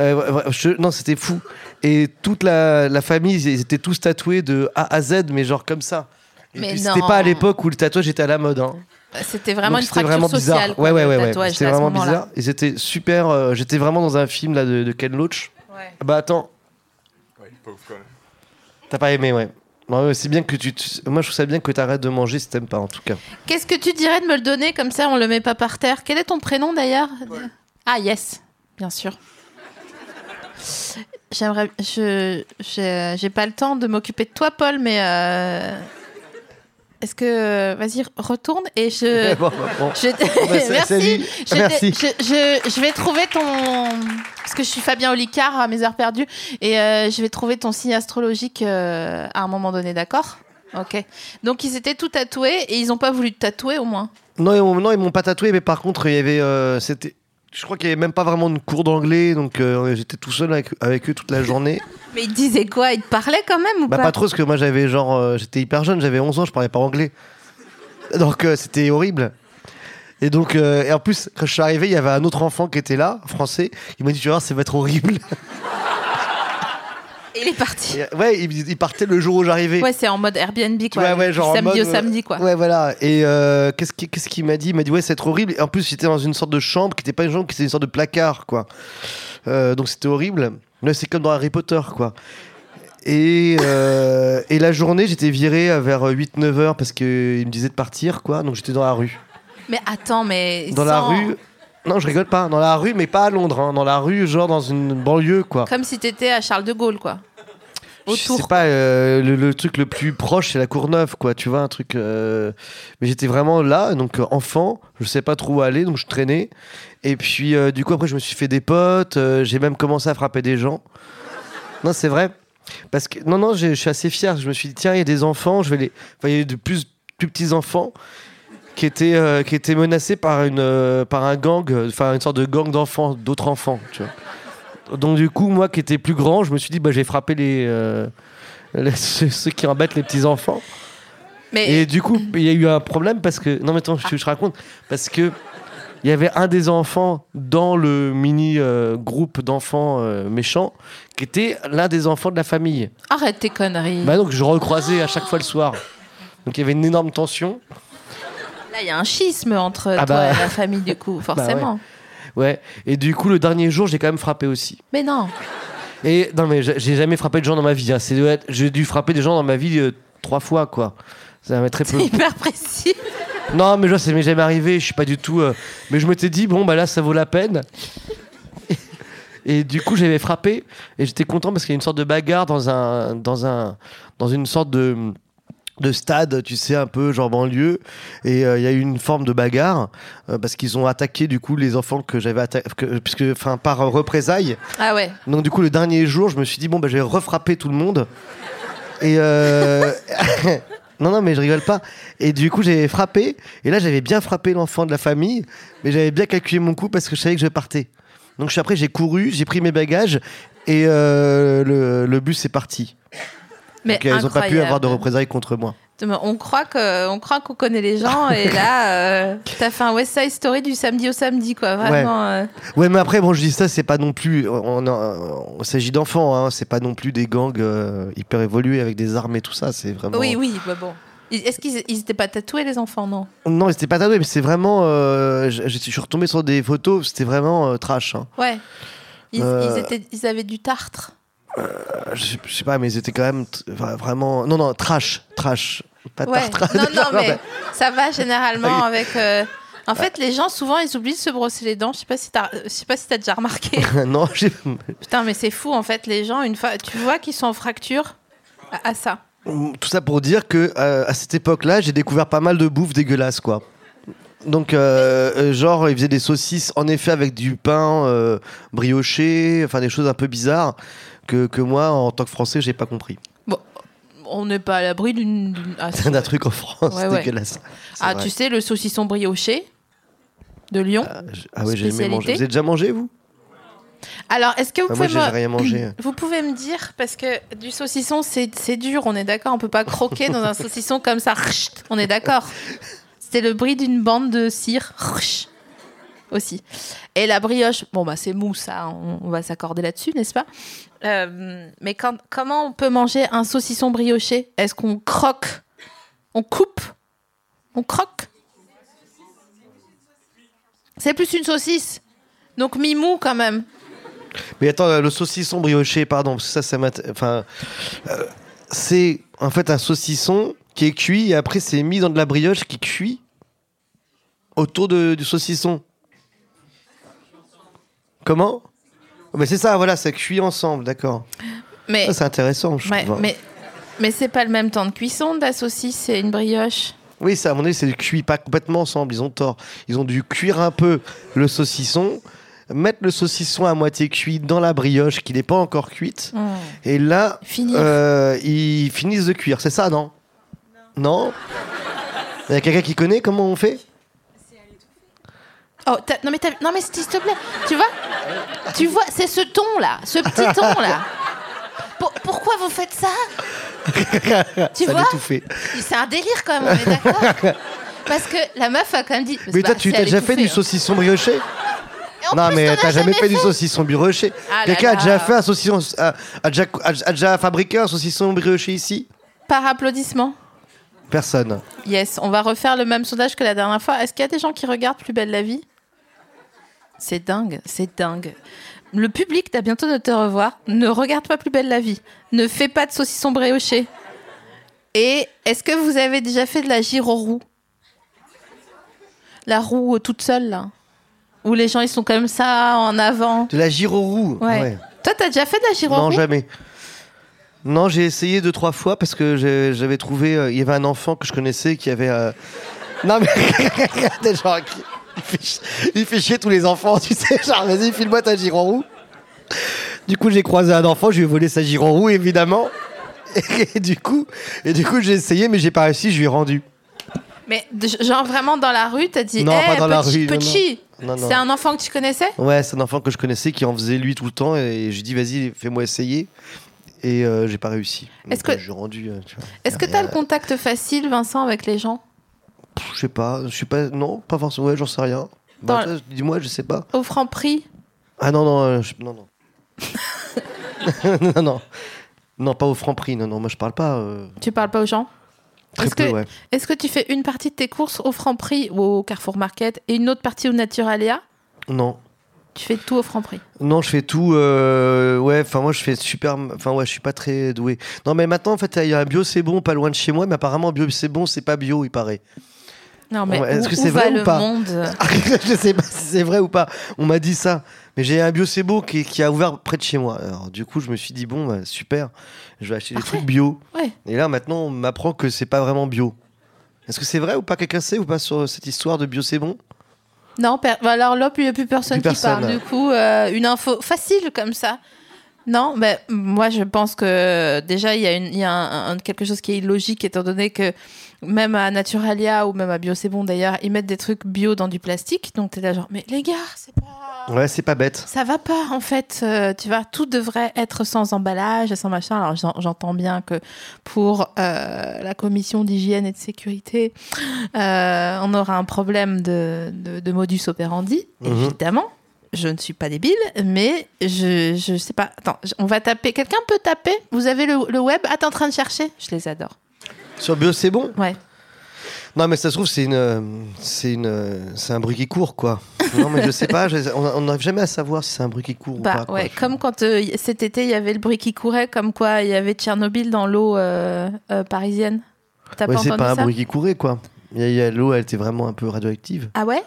[SPEAKER 3] euh, ouais, ouais, je- non, c'était fou. Et toute la, la famille, ils étaient tous tatoués de A à Z, mais genre comme ça. Et
[SPEAKER 2] Mais
[SPEAKER 3] C'était
[SPEAKER 2] non.
[SPEAKER 3] pas à l'époque où le tatouage était à la mode. Hein.
[SPEAKER 2] C'était vraiment
[SPEAKER 3] Donc,
[SPEAKER 2] une
[SPEAKER 3] c'était
[SPEAKER 2] fracture
[SPEAKER 3] vraiment
[SPEAKER 2] sociale.
[SPEAKER 3] bizarre. Ouais,
[SPEAKER 2] quoi,
[SPEAKER 3] ouais,
[SPEAKER 2] le
[SPEAKER 3] ouais, ouais.
[SPEAKER 2] tatouage,
[SPEAKER 3] C'était
[SPEAKER 2] là, à ce
[SPEAKER 3] vraiment
[SPEAKER 2] moment-là.
[SPEAKER 3] bizarre. Ils étaient super. euh, J'étais vraiment dans un film là de, de Ken Loach. Ah Bah attends, t'as pas aimé, ouais. Non, mais c'est bien que tu. tu- Moi, je trouve ça bien que t'arrêtes de manger si t'aimes pas, en tout cas.
[SPEAKER 2] Qu'est-ce que tu dirais de me le donner comme ça, on le met pas par terre Quel est ton prénom d'ailleurs Ah yes, bien sûr. J'aimerais, je, je- j'ai pas le temps de m'occuper de toi, Paul, mais euh, est-ce que, vas-y, retourne et je,
[SPEAKER 3] Bon, bah, bon.
[SPEAKER 2] je-
[SPEAKER 3] bah, sa- salut.
[SPEAKER 2] merci, Je,
[SPEAKER 3] Merci.
[SPEAKER 2] je- je- je vais trouver ton, parce que je suis Fabien Olicard à mes heures perdues et euh, je vais trouver ton signe astrologique euh, à un moment donné, d'accord Ok. Donc ils étaient tout tatoués et ils ont pas voulu te tatouer au moins.
[SPEAKER 3] Non, ils m'ont- non, ils m'ont pas tatoué, mais par contre, il y avait. euh, C'était. Je crois qu'il y avait même pas vraiment de cours d'anglais, donc euh, j'étais tout seul avec- avec eux toute la journée.
[SPEAKER 2] Mais ils te disaient quoi Ils te parlaient quand même ou
[SPEAKER 3] Bah, pas, trop, parce que moi j'avais genre. euh, j'étais hyper jeune, j'avais 11 ans, je parlais pas anglais. Donc euh, c'était horrible. Et donc, euh, et en plus, quand je suis arrivé, il y avait un autre enfant qui était là, français. Il m'a dit Tu vas voir, ça va être horrible.
[SPEAKER 2] Et il est parti.
[SPEAKER 3] Et, euh, ouais, il, il partait le jour où j'arrivais.
[SPEAKER 2] Ouais, c'est en mode Airbnb
[SPEAKER 3] Tu
[SPEAKER 2] quoi.
[SPEAKER 3] vois, ouais,
[SPEAKER 2] du
[SPEAKER 3] genre en
[SPEAKER 2] samedi
[SPEAKER 3] mode,
[SPEAKER 2] au
[SPEAKER 3] euh,
[SPEAKER 2] samedi quoi.
[SPEAKER 3] Ouais, voilà. Et euh, qu'est-ce qui- qu'est-ce qu'il m'a dit Il m'a dit Ouais, ça va être horrible. Et en plus, j'étais dans une sorte de chambre qui était pas une chambre, qui était une sorte de placard, quoi. Euh, donc c'était horrible. Là, c'est comme dans Harry Potter, quoi. Et, euh, et la journée, j'étais viré à vers 8-9 heures parce qu'il me disait de partir, quoi. Donc j'étais dans la rue.
[SPEAKER 2] Mais attends, mais
[SPEAKER 3] Dans la
[SPEAKER 2] sans-
[SPEAKER 3] rue. Non, je rigole pas. Dans la rue, mais pas à Londres. hein. Dans la rue, genre dans une banlieue, quoi.
[SPEAKER 2] Comme si t'étais à Charles de Gaulle quoi.
[SPEAKER 3] Je sais
[SPEAKER 2] Autour.
[SPEAKER 3] pas, euh, le, le truc le plus proche, c'est la Courneuve, quoi. Tu vois, un truc. euh, Mais j'étais vraiment là, donc euh, enfant, je sais pas trop où aller, donc je traînais. Et puis, euh, du coup, après, je me suis fait des potes, euh, j'ai même commencé à frapper des gens. Non, c'est vrai. Parce que, non, non, j'ai- je suis assez fier. Je me suis dit, tiens, il y a des enfants, je vais les. Enfin, il y a de plus, plus petits enfants qui étaient, euh, qui étaient menacés par, une, euh, par un gang, euh, enfin, une sorte de gang d'enfants, d'autres enfants, tu vois. Donc du coup, moi qui étais plus grand, je me suis dit, bah, je vais frapper les, euh, les- ceux, ceux qui embêtent les petits enfants.
[SPEAKER 2] Mais
[SPEAKER 3] Et du coup, il y a eu un problème parce que non, mais attends, je, je raconte parce que il y avait un des enfants dans le mini euh, groupe d'enfants euh, méchants qui était l'un des enfants de la famille.
[SPEAKER 2] arrête tes conneries.
[SPEAKER 3] Bah donc je recroisais à chaque fois le soir. Donc il y avait une énorme tension.
[SPEAKER 2] Là, il y a un schisme entre
[SPEAKER 3] Ah
[SPEAKER 2] toi
[SPEAKER 3] bah.
[SPEAKER 2] et la famille, du coup, forcément.
[SPEAKER 3] Ouais. Et du coup, le dernier jour, j'ai quand même frappé aussi.
[SPEAKER 2] Mais non.
[SPEAKER 3] Et non, mais j'ai j'ai jamais frappé de gens dans ma vie. hein. C'est de- J'ai dû frapper des gens dans ma vie euh, trois fois, quoi. Ça m'est très peu.
[SPEAKER 2] C'est hyper précis.
[SPEAKER 3] Non, mais genre, ça m'est jamais arrivé. Je suis pas du tout. euh, Mais je m'étais dit, bon, bah là, ça vaut la peine. Et du coup, j'avais frappé et j'étais content parce qu'il y a une sorte de bagarre dans un, dans un, dans une sorte de, de stade, tu sais, un peu genre banlieue. Et euh, il y a eu une forme de bagarre euh, parce qu'ils ont attaqué du coup les enfants que j'avais attaqué, puisque enfin par euh, représailles.
[SPEAKER 2] Ah ouais.
[SPEAKER 3] Donc du coup, le dernier jour, je me suis dit bon, bah, je vais refrapper tout le monde. Et euh... non, non, mais je rigole pas. Et du coup, j'ai frappé. Et là, j'avais bien frappé l'enfant de la famille, mais j'avais bien calculé mon coup parce que je savais que je partais. Donc je suis après, j'ai couru, j'ai pris mes bagages et euh, le, le bus est parti.
[SPEAKER 2] Mais
[SPEAKER 3] Donc, euh, ils ont pas pu
[SPEAKER 2] incroyable.
[SPEAKER 3] avoir de représailles contre moi.
[SPEAKER 2] On croit que, on croit qu'on connaît les gens et là, euh, t'as fait un West Side Story du samedi au samedi, quoi. Vraiment. euh.
[SPEAKER 3] Ouais, mais après, bon, je dis ça, c'est pas non plus. On, on- on s'agit d'enfants, hein, c'est pas non plus des gangs euh, hyper évolués avec des armes et tout ça. C'est vraiment.
[SPEAKER 2] Oui, oui. Bah bon. Ils- Est-ce qu'ils ils étaient pas tatoués les enfants, non
[SPEAKER 3] Non, c'était pas tatoué, mais c'est vraiment. euh, je, je suis retombé sur des photos, c'était vraiment euh, trash. hein.
[SPEAKER 2] Ouais. Ils,
[SPEAKER 3] Euh.
[SPEAKER 2] ils étaient, ils avaient du tartre.
[SPEAKER 3] Euh, Je, je sais pas, mais c'était quand même t- vra- vraiment. Non, non, trash, trash. Pas
[SPEAKER 2] Ouais.
[SPEAKER 3] tartre.
[SPEAKER 2] Non, non, mais
[SPEAKER 3] bah,
[SPEAKER 2] ça va généralement
[SPEAKER 3] Oui.
[SPEAKER 2] avec. euh, En fait, les gens souvent ils oublient de se brosser les dents. Je sais pas si t'as, je sais pas si t'as déjà remarqué.
[SPEAKER 3] non, j'ai-
[SPEAKER 2] Putain, mais c'est fou en fait, les gens, une fois, tu vois qu'ils sont en fracture, à, à ça.
[SPEAKER 3] Tout ça pour dire que euh, à cette époque-là, j'ai découvert pas mal de bouffe dégueulasse, quoi. Donc, euh, euh, genre, ils faisaient des saucisses, en effet, avec du pain euh, brioché, enfin des choses un peu bizarres que, que moi, en tant que Français, j'ai pas compris.
[SPEAKER 2] Bon, on n'est pas à l'abri d'une. d'une- ah, si.
[SPEAKER 3] D'un truc en France
[SPEAKER 2] Ouais, ouais.
[SPEAKER 3] dégueulasse. C'est
[SPEAKER 2] Ah,
[SPEAKER 3] vrai.
[SPEAKER 2] tu sais, le saucisson brioché de Lyon.
[SPEAKER 3] Ah, je- ah oui,
[SPEAKER 2] euh,
[SPEAKER 3] j'ai jamais
[SPEAKER 2] Spécialité.
[SPEAKER 3] mangé. Vous avez déjà mangé, vous
[SPEAKER 2] Alors, est-ce que vous
[SPEAKER 3] Ah, moi,
[SPEAKER 2] pouvez
[SPEAKER 3] j'ai
[SPEAKER 2] me-
[SPEAKER 3] rien mangé.
[SPEAKER 2] Vous pouvez me dire, parce que du saucisson, c'est c'est dur, on est d'accord, on peut pas croquer dans un saucisson comme ça. Rchit, On est d'accord. C'était le bruit d'une bande de cire. Rchit, Aussi. Et la brioche, bon, bah, c'est mou, ça, on, on va s'accorder là-dessus, n'est-ce pas Euh, Mais quand, comment on peut manger un saucisson brioché Est-ce qu'on croque On coupe On croque C'est plus une saucisse. Donc, mi-mou quand même.
[SPEAKER 3] Mais attends, euh, le saucisson brioché, pardon, parce que ça, ça m'int- Enfin, euh, c'est en fait un saucisson qui est cuit et après c'est mis dans de la brioche qui cuit autour de- du saucisson. Comment Oh, Mais c'est ça, voilà, ça cuit ensemble, d'accord.
[SPEAKER 2] Mais.
[SPEAKER 3] Ça, c'est intéressant, je
[SPEAKER 2] Ouais,
[SPEAKER 3] trouve. hein.
[SPEAKER 2] mais mais c'est pas le même temps de cuisson de la saucisse et une brioche.
[SPEAKER 3] Oui, ça, à mon avis, c'est du cuit, pas complètement ensemble, ils ont tort. Ils ont dû cuire un peu le saucisson, mettre le saucisson à moitié cuit dans la brioche qui n'est pas encore cuite, et
[SPEAKER 2] Ah.
[SPEAKER 3] là,
[SPEAKER 2] Finir.
[SPEAKER 3] euh, ils finissent de cuire, c'est ça, non Non Il y a quelqu'un qui connaît comment on fait
[SPEAKER 2] Oh, t'as- non mais t'as- non mais s'il te plaît, tu vois, tu vois, c'est ce ton là, ce petit ton là. Pour- pourquoi vous faites ça Tu
[SPEAKER 3] Ça
[SPEAKER 2] vois Bah,
[SPEAKER 3] l'a tout fait.
[SPEAKER 2] C'est un délire quand même, on est d'accord Parce que la meuf a quand même dit.
[SPEAKER 3] Mais
[SPEAKER 2] bah,
[SPEAKER 3] toi, tu
[SPEAKER 2] si,
[SPEAKER 3] t'as
[SPEAKER 2] elle est
[SPEAKER 3] déjà
[SPEAKER 2] tout
[SPEAKER 3] fait du
[SPEAKER 2] hein.
[SPEAKER 3] saucisson brioché
[SPEAKER 2] Et en
[SPEAKER 3] Non,
[SPEAKER 2] plus,
[SPEAKER 3] mais
[SPEAKER 2] t'en as
[SPEAKER 3] t'as jamais fait, du saucisson brioché.
[SPEAKER 2] Ah là
[SPEAKER 3] Quelqu'un a
[SPEAKER 2] là.
[SPEAKER 3] déjà fait un saucisson. A, a déjà, a- a déjà fabriqué un saucisson brioché ici
[SPEAKER 2] Par applaudissement.
[SPEAKER 3] Personne.
[SPEAKER 2] Yes, on va refaire le même sondage que la dernière fois. Est-ce qu'il y a des gens qui regardent Plus belle la vie C'est dingue, c'est dingue. Le public, t'as bientôt de te revoir. Ne regarde pas Plus belle la vie. Ne fais pas de saucisson brioché. Et est-ce que vous avez déjà fait de la giro-roue La roue euh, toute seule, là. Où les gens, ils sont comme ça, en avant.
[SPEAKER 3] De la giro-roue.
[SPEAKER 2] Ouais.
[SPEAKER 3] ouais.
[SPEAKER 2] Toi, t'as déjà fait de la giro-roue
[SPEAKER 3] Non, jamais. Non, j'ai essayé deux, trois fois parce que j'ai- j'avais trouvé. euh, il y avait un enfant que je connaissais qui avait. euh, Non, mais. Des gens qui- Il fait, chi- il fait chier tous les enfants, tu sais. Genre, vas-y, file-moi ta giron-roue. Du coup, j'ai croisé un enfant, je lui ai volé sa giron-roue, évidemment. Et, du coup, et du coup, j'ai essayé, mais j'ai pas réussi, je lui ai rendu.
[SPEAKER 2] Mais de- genre vraiment dans la rue, t'as dit
[SPEAKER 3] Non,
[SPEAKER 2] Eh,
[SPEAKER 3] pas dans la
[SPEAKER 2] petit,
[SPEAKER 3] rue, non, non.
[SPEAKER 2] petit.
[SPEAKER 3] Non, non.
[SPEAKER 2] C'est un enfant que tu connaissais
[SPEAKER 3] Ouais, c'est un enfant que je connaissais qui en faisait lui tout le temps, et je lui ai dit, vas-y, fais-moi essayer. Et euh, j'ai pas réussi.
[SPEAKER 2] Est-ce
[SPEAKER 3] Donc,
[SPEAKER 2] que-
[SPEAKER 3] euh, j'ai rendu. euh, tu vois.
[SPEAKER 2] Est-ce que t'as le contact facile, Vincent, avec les gens
[SPEAKER 3] Je sais pas, je suis pas. Non, pas forcément. Ouais, j'en sais rien. Bah,
[SPEAKER 2] Dans-
[SPEAKER 3] ça, Dis-moi, je sais pas.
[SPEAKER 2] Au franc prix
[SPEAKER 3] Ah non, non, euh, je- non, non. non, non. Non, pas au franc prix. Non, non, moi je parle pas. euh,
[SPEAKER 2] Tu parles pas aux gens
[SPEAKER 3] très
[SPEAKER 2] Est-ce
[SPEAKER 3] peu,
[SPEAKER 2] que-
[SPEAKER 3] ouais.
[SPEAKER 2] Est-ce que tu fais une partie de tes courses au franc prix ou au Carrefour Market et une autre partie au Naturalia
[SPEAKER 3] Non.
[SPEAKER 2] Tu fais tout au franc prix.
[SPEAKER 3] Non, je fais tout. euh, ouais, enfin, moi je fais super. Enfin, ouais, je suis pas très doué. Non, mais maintenant, en fait, il y a un bio, c'est bon, pas loin de chez moi, mais apparemment, bio, c'est bon, c'est pas bio, il paraît.
[SPEAKER 2] Non, mais
[SPEAKER 3] Ouais, est-ce
[SPEAKER 2] où,
[SPEAKER 3] que
[SPEAKER 2] où
[SPEAKER 3] c'est
[SPEAKER 2] va
[SPEAKER 3] vrai ou
[SPEAKER 2] le
[SPEAKER 3] pas
[SPEAKER 2] monde
[SPEAKER 3] Ah, je sais pas si c'est vrai ou pas. On m'a dit ça. Mais j'ai un bio c'est beau qui, qui a ouvert près de chez moi. Alors, du coup, je me suis dit, bon, bah, super, je vais acheter des
[SPEAKER 2] Parfait.
[SPEAKER 3] trucs bio.
[SPEAKER 2] Ouais.
[SPEAKER 3] Et là, maintenant, on m'apprend que c'est pas vraiment bio. Est-ce que c'est vrai ou pas Quelqu'un sait ou pas sur euh, cette histoire de bio c'est bon
[SPEAKER 2] Non, per- bah alors là, il n'y a plus personne
[SPEAKER 3] Plus
[SPEAKER 2] qui
[SPEAKER 3] personne.
[SPEAKER 2] parle. Du coup, euh, une info facile comme ça. Non, mais moi, je pense que déjà, il y a, une- il y a un- un- quelque chose qui est illogique, étant donné que même à Naturalia ou même à Bio C'est Bon, d'ailleurs, ils mettent des trucs bio dans du plastique. Donc, t'es là genre, mais les gars, c'est pas...
[SPEAKER 3] Ouais, c'est pas bête.
[SPEAKER 2] Ça va pas, en fait. euh, tu vois, tout devrait être sans emballage, et sans machin. Alors, j'en- j'entends bien que pour euh, la commission d'hygiène et de sécurité, euh, on aura un problème de, de- de modus operandi,
[SPEAKER 3] Mhm.
[SPEAKER 2] évidemment. Je ne suis pas débile, mais je, je sais pas. Attends, j- on va taper. Quelqu'un peut taper Vous avez le, le web Ah, t'es en train de chercher Je les adore.
[SPEAKER 3] Sur bio c'est bon
[SPEAKER 2] Ouais.
[SPEAKER 3] Non, mais ça se trouve, c'est une, euh, c'est une, euh, c'est un bruit qui court, quoi. Non, mais je sais pas. je- on on n'arrive jamais à savoir si c'est un bruit qui court ou
[SPEAKER 2] Bah,
[SPEAKER 3] pas. quoi.
[SPEAKER 2] ouais, comme quand euh, y- cet été, il y avait le bruit qui courait, comme quoi il y avait Tchernobyl dans l'eau euh, euh, parisienne. T'as
[SPEAKER 3] Ouais,
[SPEAKER 2] pas
[SPEAKER 3] c'est
[SPEAKER 2] entendu
[SPEAKER 3] pas un
[SPEAKER 2] ça
[SPEAKER 3] bruit qui courait, quoi. Il y a- il y a- L'eau, elle était vraiment un peu radioactive.
[SPEAKER 2] Ah ouais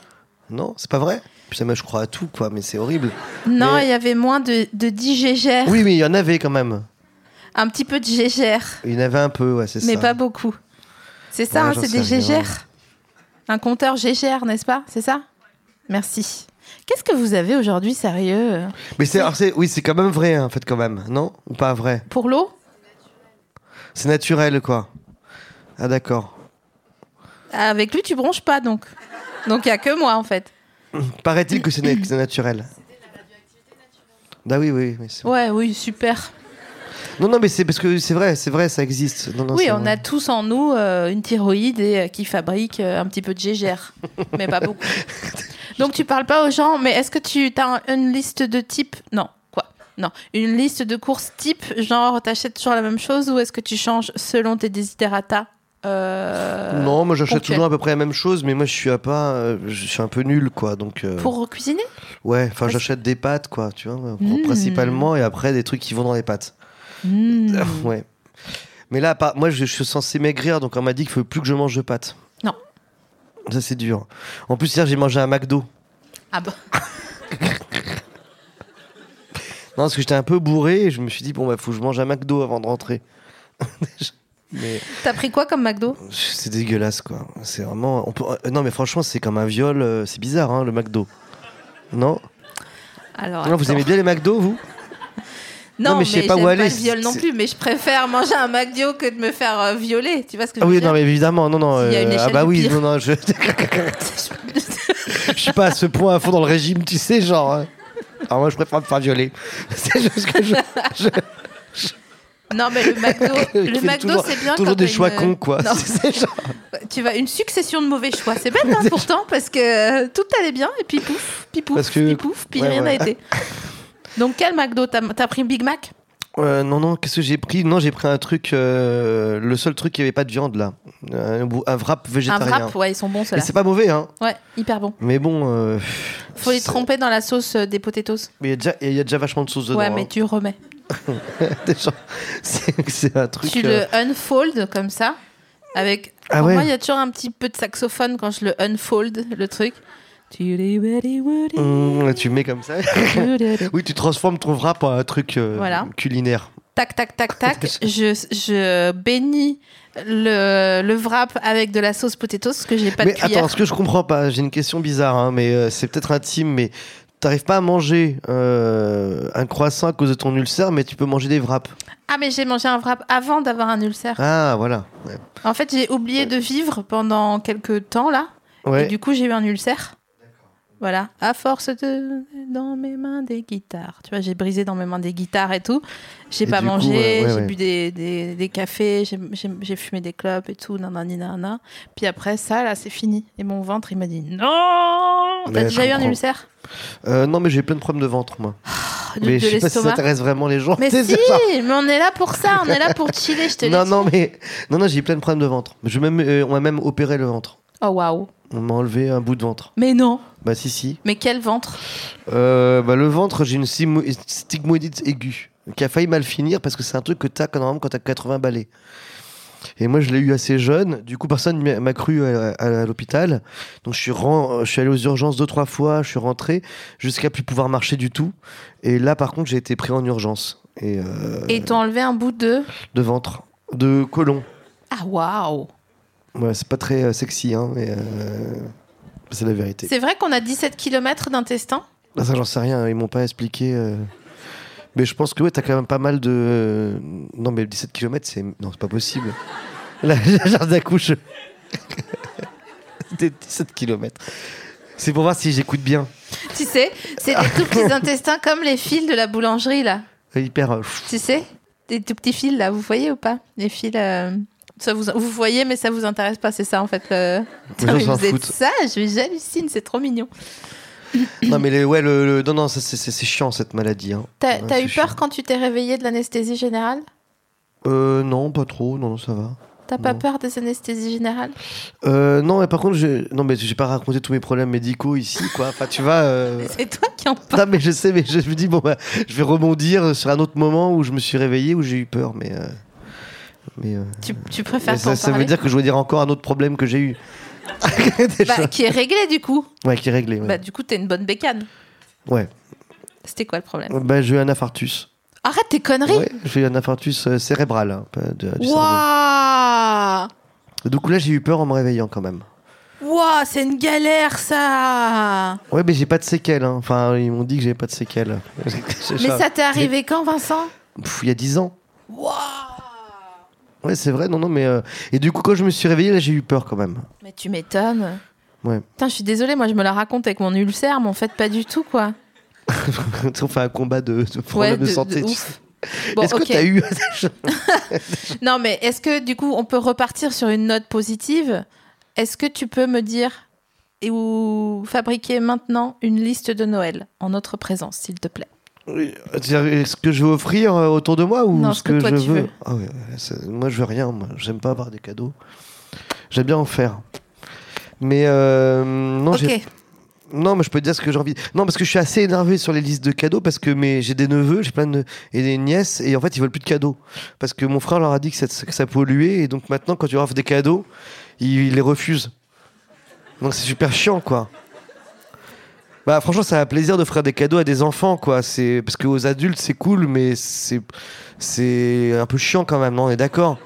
[SPEAKER 3] Non, c'est pas vrai Putain, moi je crois à tout, quoi, mais c'est horrible.
[SPEAKER 2] Non,
[SPEAKER 3] Mais-
[SPEAKER 2] il y avait moins de, de 10 gégères.
[SPEAKER 3] Oui, mais il y en avait quand même.
[SPEAKER 2] Un petit peu de gégère,
[SPEAKER 3] Il y en avait un peu, ouais, c'est ça.
[SPEAKER 2] mais pas beaucoup. C'est ça,
[SPEAKER 3] Ouais,
[SPEAKER 2] hein,
[SPEAKER 3] j'en
[SPEAKER 2] c'est
[SPEAKER 3] sais
[SPEAKER 2] des
[SPEAKER 3] rien.
[SPEAKER 2] gégères. Un compteur gégère, n'est-ce pas C'est ça Merci. Qu'est-ce que vous avez aujourd'hui, sérieux
[SPEAKER 3] Mais c'est, alors c'est- oui, c'est quand même vrai, hein, en fait, quand même, non Ou pas vrai
[SPEAKER 2] Pour l'eau
[SPEAKER 3] C'est naturel, quoi. Ah, d'accord.
[SPEAKER 2] Avec lui, tu bronches pas, donc. Donc, il n'y a que moi, en fait.
[SPEAKER 3] Paraît-il que c'est, na- que c'est naturel. Bah oui, oui. oui, c'est-
[SPEAKER 2] Ouais, oui, super.
[SPEAKER 3] Non, non, mais c'est parce que c'est vrai, c'est vrai, ça existe. Non, non,
[SPEAKER 2] oui,
[SPEAKER 3] c'est
[SPEAKER 2] on
[SPEAKER 3] vrai.
[SPEAKER 2] a tous en nous euh, une thyroïde et, euh, qui fabrique euh, un petit peu de gégère, mais pas beaucoup. Donc tu parles pas aux gens, mais est-ce que tu as une liste de type Non, quoi Non, une liste de courses type, genre t'achètes toujours la même chose ou est-ce que tu changes selon tes desiderata euh,
[SPEAKER 3] Non, moi j'achète
[SPEAKER 2] ponctuel.
[SPEAKER 3] toujours à peu près la même chose, mais moi je suis à pas, euh, je suis un peu nul, quoi. Donc euh,
[SPEAKER 2] Pour cuisiner
[SPEAKER 3] ouais, enfin
[SPEAKER 2] Parce-
[SPEAKER 3] j'achète des pâtes, quoi, tu vois,
[SPEAKER 2] Mm.
[SPEAKER 3] principalement, et après des trucs qui vont dans les pâtes.
[SPEAKER 2] Hmm.
[SPEAKER 3] ouais. Mais là, à part- moi je, je suis censé maigrir, donc on m'a dit qu'il faut plus que je mange de pâtes.
[SPEAKER 2] Non.
[SPEAKER 3] Ça c'est dur. En plus hier j'ai mangé un McDo.
[SPEAKER 2] Ah bah,
[SPEAKER 3] Non, parce que j'étais un peu bourré, et je me suis dit bon bah faut que je mange un McDo avant de rentrer. mais
[SPEAKER 2] t'as pris quoi comme McDo
[SPEAKER 3] c'est dégueulasse, quoi. C'est vraiment, on peut- euh, non mais franchement c'est comme un viol, euh, c'est bizarre, hein, le McDo. Non,
[SPEAKER 2] Alors,
[SPEAKER 3] non, vous
[SPEAKER 2] attends.
[SPEAKER 3] aimez bien les McDo, vous
[SPEAKER 2] Non,
[SPEAKER 3] Non,
[SPEAKER 2] mais
[SPEAKER 3] mais
[SPEAKER 2] je
[SPEAKER 3] je sais pas où aller,
[SPEAKER 2] le viol non
[SPEAKER 3] c'est-
[SPEAKER 2] plus, mais je préfère manger un McDo que de me faire euh, violer. Tu vois ce que je
[SPEAKER 3] Ah
[SPEAKER 2] veux
[SPEAKER 3] oui,
[SPEAKER 2] dire
[SPEAKER 3] non, mais évidemment, non, non.
[SPEAKER 2] S'il y a une
[SPEAKER 3] euh, ah
[SPEAKER 2] échelle
[SPEAKER 3] bah
[SPEAKER 2] du
[SPEAKER 3] oui,
[SPEAKER 2] pire.
[SPEAKER 3] non, non, je, je suis pas à ce point à fond dans le régime, tu sais, genre. hein. Alors moi, je préfère me faire violer. C'est juste que je. je-
[SPEAKER 2] Non, mais le McDo,
[SPEAKER 3] je
[SPEAKER 2] le
[SPEAKER 3] fais
[SPEAKER 2] McDo
[SPEAKER 3] toujours-
[SPEAKER 2] c'est bien.
[SPEAKER 3] Toujours
[SPEAKER 2] quand
[SPEAKER 3] des
[SPEAKER 2] t'as
[SPEAKER 3] choix
[SPEAKER 2] une- euh,
[SPEAKER 3] cons, quoi.
[SPEAKER 2] Non,
[SPEAKER 3] C'est genre-
[SPEAKER 2] tu vas une succession de mauvais choix. C'est bête hein, pourtant parce que euh, tout allait bien et puis pouf, puis pouf,
[SPEAKER 3] Parce que-
[SPEAKER 2] puis pouf, puis
[SPEAKER 3] Ouais,
[SPEAKER 2] rien n'a
[SPEAKER 3] ouais.
[SPEAKER 2] été. Donc quel McDo T'as t'as pris Big Mac
[SPEAKER 3] Euh, non, non, qu'est-ce que j'ai pris Non, j'ai pris un truc. euh, le seul truc qui avait pas de viande, là. Un, bou- un wrap
[SPEAKER 2] Un
[SPEAKER 3] végétarien.
[SPEAKER 2] wrap, ouais, ils sont bons
[SPEAKER 3] Et
[SPEAKER 2] ceux-là.
[SPEAKER 3] c'est pas mauvais, hein.
[SPEAKER 2] Ouais, hyper bon.
[SPEAKER 3] Mais bon. euh,
[SPEAKER 2] Faut les
[SPEAKER 3] c'est-
[SPEAKER 2] tremper dans la sauce euh, des potatoes.
[SPEAKER 3] Mais il y a déjà- il y, a déjà vachement de sauce dedans.
[SPEAKER 2] ouais, mais
[SPEAKER 3] hein.
[SPEAKER 2] tu remets.
[SPEAKER 3] Déjà, c'est c'est un truc.
[SPEAKER 2] Tu
[SPEAKER 3] euh,
[SPEAKER 2] le unfold comme ça avec.
[SPEAKER 3] Ah
[SPEAKER 2] Pour
[SPEAKER 3] ouais.
[SPEAKER 2] Moi, il y a toujours un petit peu de saxophone quand je le unfold le truc.
[SPEAKER 3] Mmh, tu mets comme ça. oui, tu transformes ton wrap en un truc euh,
[SPEAKER 2] Voilà.
[SPEAKER 3] culinaire.
[SPEAKER 2] Tac, tac, tac, tac. je, je bénis le, le wrap avec de la sauce potatoes parce que j'ai pas
[SPEAKER 3] mais
[SPEAKER 2] de cuillère.
[SPEAKER 3] attends, ce que je comprends pas, j'ai une question bizarre, hein, mais euh, c'est peut-être intime, mais t'arrives pas à manger euh, un croissant à cause de ton ulcère, mais tu peux manger des wraps.
[SPEAKER 2] Ah, mais j'ai mangé un wrap avant d'avoir un ulcère.
[SPEAKER 3] Ah, voilà. Ouais.
[SPEAKER 2] En fait, j'ai oublié de vivre pendant quelques temps là.
[SPEAKER 3] Ouais.
[SPEAKER 2] Et du coup, j'ai eu un ulcère. Voilà, à force de dans mes mains des guitares. Tu vois, j'ai brisé dans mes mains des guitares et tout. J'ai
[SPEAKER 3] Et
[SPEAKER 2] pas
[SPEAKER 3] du coup,
[SPEAKER 2] mangé,
[SPEAKER 3] ouais, ouais,
[SPEAKER 2] j'ai
[SPEAKER 3] ouais.
[SPEAKER 2] bu des, des, des cafés, j'ai- j'ai j'ai fumé des clopes et tout, nanani nanana. Puis après ça, là, c'est fini. Et mon ventre, il m'a dit non. T'as
[SPEAKER 3] Ouais,
[SPEAKER 2] déjà
[SPEAKER 3] je
[SPEAKER 2] eu un
[SPEAKER 3] comprends.
[SPEAKER 2] ulcère
[SPEAKER 3] Euh, non, mais j'ai plein de problèmes de ventre, moi.
[SPEAKER 2] de, Ah,
[SPEAKER 3] mais
[SPEAKER 2] de
[SPEAKER 3] je sais pas si ça
[SPEAKER 2] l'estomac.
[SPEAKER 3] intéresse vraiment les gens.
[SPEAKER 2] mais
[SPEAKER 3] C'est
[SPEAKER 2] si,
[SPEAKER 3] genre-
[SPEAKER 2] mais on est là pour ça, on est là pour chiller, je te l'ai
[SPEAKER 3] Non,
[SPEAKER 2] dit.
[SPEAKER 3] non, mais non, non, j'ai eu plein de problèmes de ventre. Je même, euh, on m'a même opéré le ventre.
[SPEAKER 2] Oh waouh.
[SPEAKER 3] On m'a enlevé un bout de ventre.
[SPEAKER 2] Mais non,
[SPEAKER 3] Bah si, si.
[SPEAKER 2] mais quel ventre
[SPEAKER 3] Euh, bah, le ventre, j'ai une simo- stigmoïdite aiguë qui a failli mal finir parce que c'est un truc que t'as quand- normalement quand t'as 80 balais. Et moi, je l'ai eu assez jeune. Du coup, personne m'a- m'a cru à, à- à l'hôpital. Donc, je suis, ren- je suis allé aux urgences deux, trois fois. Je suis rentré jusqu'à plus pouvoir marcher du tout. Et là, par contre, j'ai été pris en urgence et euh,
[SPEAKER 2] Et ils t'ont enlevé un bout de
[SPEAKER 3] de ventre, de colon.
[SPEAKER 2] Ah waouh.
[SPEAKER 3] Ouais, c'est pas très euh, sexy, hein, mais euh, c'est la vérité.
[SPEAKER 2] C'est vrai qu'on a 17 km d'intestin
[SPEAKER 3] Ah, ça, j'en sais rien, ils m'ont pas expliqué. euh. Mais je pense que ouais, t'as quand même pas mal de. euh, Non, mais 17 km, c'est. Non, c'est pas possible. La jardin d'accouche. Des 17 km. C'est pour voir si j'écoute bien.
[SPEAKER 2] Tu sais, c'est des tout petits intestins comme les fils de la boulangerie, là.
[SPEAKER 3] Hyper. euh,
[SPEAKER 2] Tu sais Des tout petits fils, là. Vous voyez ou pas Les fils. euh, Ça vous, vous voyez, mais ça vous intéresse pas, c'est ça en fait. le-
[SPEAKER 3] Les
[SPEAKER 2] Non,
[SPEAKER 3] gens
[SPEAKER 2] mais
[SPEAKER 3] s'en
[SPEAKER 2] vous êtes
[SPEAKER 3] foutent.
[SPEAKER 2] sage, mais j'hallucine, c'est trop mignon.
[SPEAKER 3] non, mais les- ouais, le, le- non, non, ça, c'est, c'est- c'est chiant cette maladie. hein.
[SPEAKER 2] T'as
[SPEAKER 3] Ouais,
[SPEAKER 2] t'as
[SPEAKER 3] c'est
[SPEAKER 2] eu peur
[SPEAKER 3] chiant.
[SPEAKER 2] quand tu t'es réveillé de l'anesthésie générale
[SPEAKER 3] Euh, non, pas trop, non, non, ça va.
[SPEAKER 2] T'as pas
[SPEAKER 3] Non.
[SPEAKER 2] peur des anesthésies générales
[SPEAKER 3] Euh, non, mais par contre, j'ai... non, mais j'ai pas raconté tous mes problèmes médicaux ici, quoi. Enfin, tu vois. euh,
[SPEAKER 2] C'est toi qui en parles.
[SPEAKER 3] Non, mais je sais, mais je me dis, bon, bah, je vais rebondir sur un autre moment où je me suis réveillé, où j'ai eu peur, mais. euh, mais, euh,
[SPEAKER 2] Tu, tu
[SPEAKER 3] mais
[SPEAKER 2] préfères
[SPEAKER 3] ça,
[SPEAKER 2] t'en
[SPEAKER 3] ça
[SPEAKER 2] parler
[SPEAKER 3] veut dire que je veux dire encore un autre problème que j'ai eu. Déjà.
[SPEAKER 2] Bah, Qui est réglé du coup
[SPEAKER 3] Ouais, qui est réglé. Ouais.
[SPEAKER 2] Bah, du coup, t'es une bonne bécane.
[SPEAKER 3] Ouais.
[SPEAKER 2] C'était quoi le problème
[SPEAKER 3] Bah, j'ai eu un infarctus.
[SPEAKER 2] Arrête tes conneries.
[SPEAKER 3] Ouais, j'ai eu un infarctus euh, cérébral. hein, pas de- du cerveau.
[SPEAKER 2] Waouh
[SPEAKER 3] Donc là, j'ai eu peur en me réveillant quand même.
[SPEAKER 2] Waouh, c'est une galère ça.
[SPEAKER 3] Ouais, mais j'ai pas de séquelles. hein. Enfin, ils m'ont dit que j'avais pas de séquelles.
[SPEAKER 2] Mais ça t'est arrivé quand, Vincent
[SPEAKER 3] Pff, Il y a 10 ans.
[SPEAKER 2] Waouh
[SPEAKER 3] Ouais, c'est vrai, non, non, mais. euh, Et du coup, quand je me suis réveillé, là, j'ai eu peur quand même.
[SPEAKER 2] Mais tu m'étonnes.
[SPEAKER 3] Ouais.
[SPEAKER 2] Putain, je suis désolée, moi je me la raconte avec mon ulcère, mais en fait pas du tout quoi.
[SPEAKER 3] On fait un combat de, de problème de, santé. tu sais.
[SPEAKER 2] ouf. Bon,
[SPEAKER 3] Est-ce
[SPEAKER 2] ok.
[SPEAKER 3] que t'as eu.
[SPEAKER 2] Non, mais est-ce que du coup on peut repartir sur une note positive Est-ce que tu peux me dire et ou fabriquer maintenant une liste de Noël en notre présence, s'il te plaît
[SPEAKER 3] Oui, c'est-à-dire, Est-ce que je veux offrir euh, autour de moi ou
[SPEAKER 2] Non,
[SPEAKER 3] ce que,
[SPEAKER 2] toi,
[SPEAKER 3] je
[SPEAKER 2] tu
[SPEAKER 3] veux,
[SPEAKER 2] veux.
[SPEAKER 3] Ah ouais, ouais, ça- Moi, je veux rien. moi. J'aime pas avoir des cadeaux. J'aime bien en faire. Mais euh, non, j'ai-
[SPEAKER 2] Ok.
[SPEAKER 3] non, mais je peux te dire ce que j'ai envie. Non, parce que je suis assez énervé sur les listes de cadeaux parce que mes... j'ai des neveux, j'ai plein de et des nièces et en fait ils veulent plus de cadeaux parce que mon frère leur a dit que ça, que ça polluait et donc maintenant quand tu leur offres des cadeaux, ils, ils les refusent. Donc c'est super chiant quoi. Bah franchement, ça a plaisir d'offrir des cadeaux à des enfants quoi. C'est parce qu'aux adultes c'est cool mais c'est c'est un peu chiant quand même. Non, on est d'accord.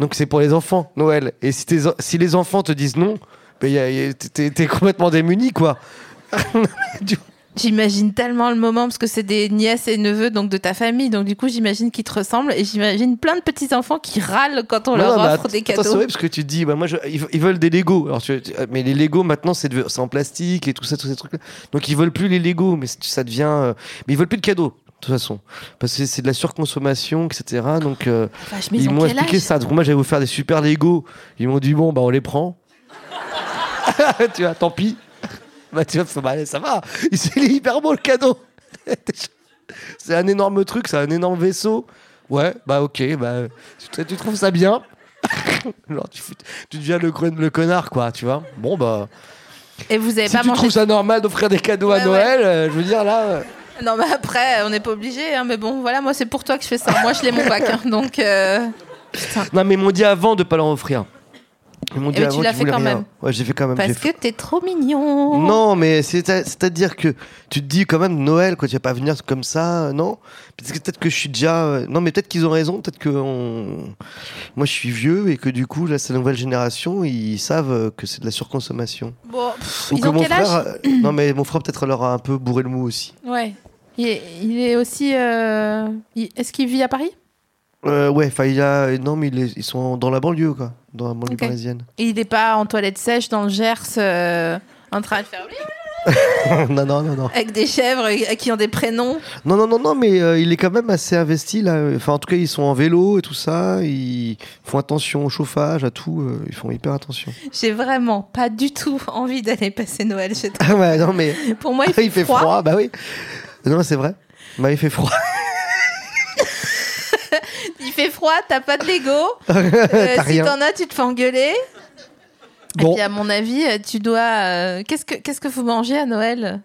[SPEAKER 3] Donc c'est pour les enfants Noël et si, tes en- si les enfants te disent non, bah, y a- y a- t'es t'es complètement démuni quoi.
[SPEAKER 2] J'imagine tellement le moment parce que c'est des nièces et neveux donc de ta famille, donc du coup j'imagine qu'ils te ressemblent et j'imagine plein de petits enfants qui râlent quand on
[SPEAKER 3] Non,
[SPEAKER 2] leur
[SPEAKER 3] non, mais
[SPEAKER 2] offre
[SPEAKER 3] att-
[SPEAKER 2] des
[SPEAKER 3] Attends, c'est
[SPEAKER 2] cadeaux.
[SPEAKER 3] vrai parce que tu te dis, bah, moi, je- ils, ils veulent des Lego. Alors, tu- tu- mais les Lego maintenant, c'est de- c'est en plastique et tout ça, tous ces trucs-là. Donc, ils veulent plus les Lego, mais c'est- ça devient. euh, mais ils veulent plus de cadeaux, de toute façon, parce que c'est de la surconsommation, etc. Donc, euh,
[SPEAKER 2] Vache, mais
[SPEAKER 3] ils
[SPEAKER 2] ont
[SPEAKER 3] m'ont
[SPEAKER 2] quel
[SPEAKER 3] expliqué
[SPEAKER 2] âge
[SPEAKER 3] ça. Donc, moi, j'allais vous faire des super Lego. Ils m'ont dit, bon, bah, on les prend. tu vois, tant pis. Bah, tu vois, faut- bah, ça va. Il c'est hyper beau le cadeau. c'est un énorme truc, c'est un énorme vaisseau. Ouais, bah ok, bah tu, tu trouves ça bien. Genre, tu, fous- tu deviens le, con- le connard, quoi, tu vois. Bon, bah.
[SPEAKER 2] Et vous avez
[SPEAKER 3] Si
[SPEAKER 2] pas
[SPEAKER 3] tu
[SPEAKER 2] mangé
[SPEAKER 3] trouves ça normal d'offrir des cadeaux
[SPEAKER 2] Ouais,
[SPEAKER 3] à
[SPEAKER 2] ouais.
[SPEAKER 3] Noël, euh, je veux dire, là. euh,
[SPEAKER 2] Non, mais après, on n'est pas obligé, hein, mais bon, voilà, moi c'est pour toi que je fais ça. Moi je l'ai mon bac, hein, donc. euh,
[SPEAKER 3] Non, mais ils m'ont dit avant de pas leur offrir. Ils m'ont
[SPEAKER 2] Eh ben, tu
[SPEAKER 3] avant
[SPEAKER 2] l'as
[SPEAKER 3] qu'ils
[SPEAKER 2] fait
[SPEAKER 3] voulaient
[SPEAKER 2] quand
[SPEAKER 3] rien.
[SPEAKER 2] même.
[SPEAKER 3] Ouais, j'ai fait quand même. j'ai
[SPEAKER 2] Parce
[SPEAKER 3] fait-
[SPEAKER 2] que t'es trop mignon.
[SPEAKER 3] Non, mais c'est à- c'est-à-dire que tu te dis quand même Noël, quoi, tu vas pas venir comme ça, euh, non Parce que peut-être que je suis déjà. euh, Non, mais peut-être qu'ils ont raison, peut-être que on- moi je suis vieux et que du coup, là, c'est la nouvelle génération, ils savent euh, que c'est de la surconsommation.
[SPEAKER 2] Bon, pff,
[SPEAKER 3] Ou
[SPEAKER 2] ils
[SPEAKER 3] que
[SPEAKER 2] ont
[SPEAKER 3] mon
[SPEAKER 2] quel
[SPEAKER 3] frère.
[SPEAKER 2] âge
[SPEAKER 3] euh, non, mais mon frère peut-être leur a un peu bourré le mou aussi.
[SPEAKER 2] Ouais. Il est, il est aussi. euh, il- Est-ce qu'il vit à Paris
[SPEAKER 3] Euh, ouais, enfin, il y a. Non, mais il est- ils sont dans la banlieue, quoi, dans la banlieue
[SPEAKER 2] Ok.
[SPEAKER 3] parisienne.
[SPEAKER 2] Il n'est pas en toilette sèche dans le Gers euh, en train de faire.
[SPEAKER 3] non, non, non, non.
[SPEAKER 2] Avec des chèvres euh, qui ont des prénoms.
[SPEAKER 3] Non, non, non, non, mais euh, il est quand même assez investi là. Enfin, en tout cas, ils sont en vélo et tout ça. Ils font attention au chauffage, à tout. euh, ils font hyper attention.
[SPEAKER 2] J'ai vraiment pas du tout envie d'aller passer Noël chez toi.
[SPEAKER 3] Ah ouais, non, mais
[SPEAKER 2] Pour moi, il fait,
[SPEAKER 3] il fait froid.
[SPEAKER 2] froid.
[SPEAKER 3] bah oui. Non, c'est vrai. Bah, il fait froid.
[SPEAKER 2] Il fait froid, t'as pas de Lego. Euh,
[SPEAKER 3] T'as
[SPEAKER 2] si
[SPEAKER 3] rien.
[SPEAKER 2] t'en as, tu te fais engueuler. Et
[SPEAKER 3] Bon,
[SPEAKER 2] puis, à mon avis, euh, tu dois. euh, Qu'est-ce que Qu'est-ce que vous mangez à Noël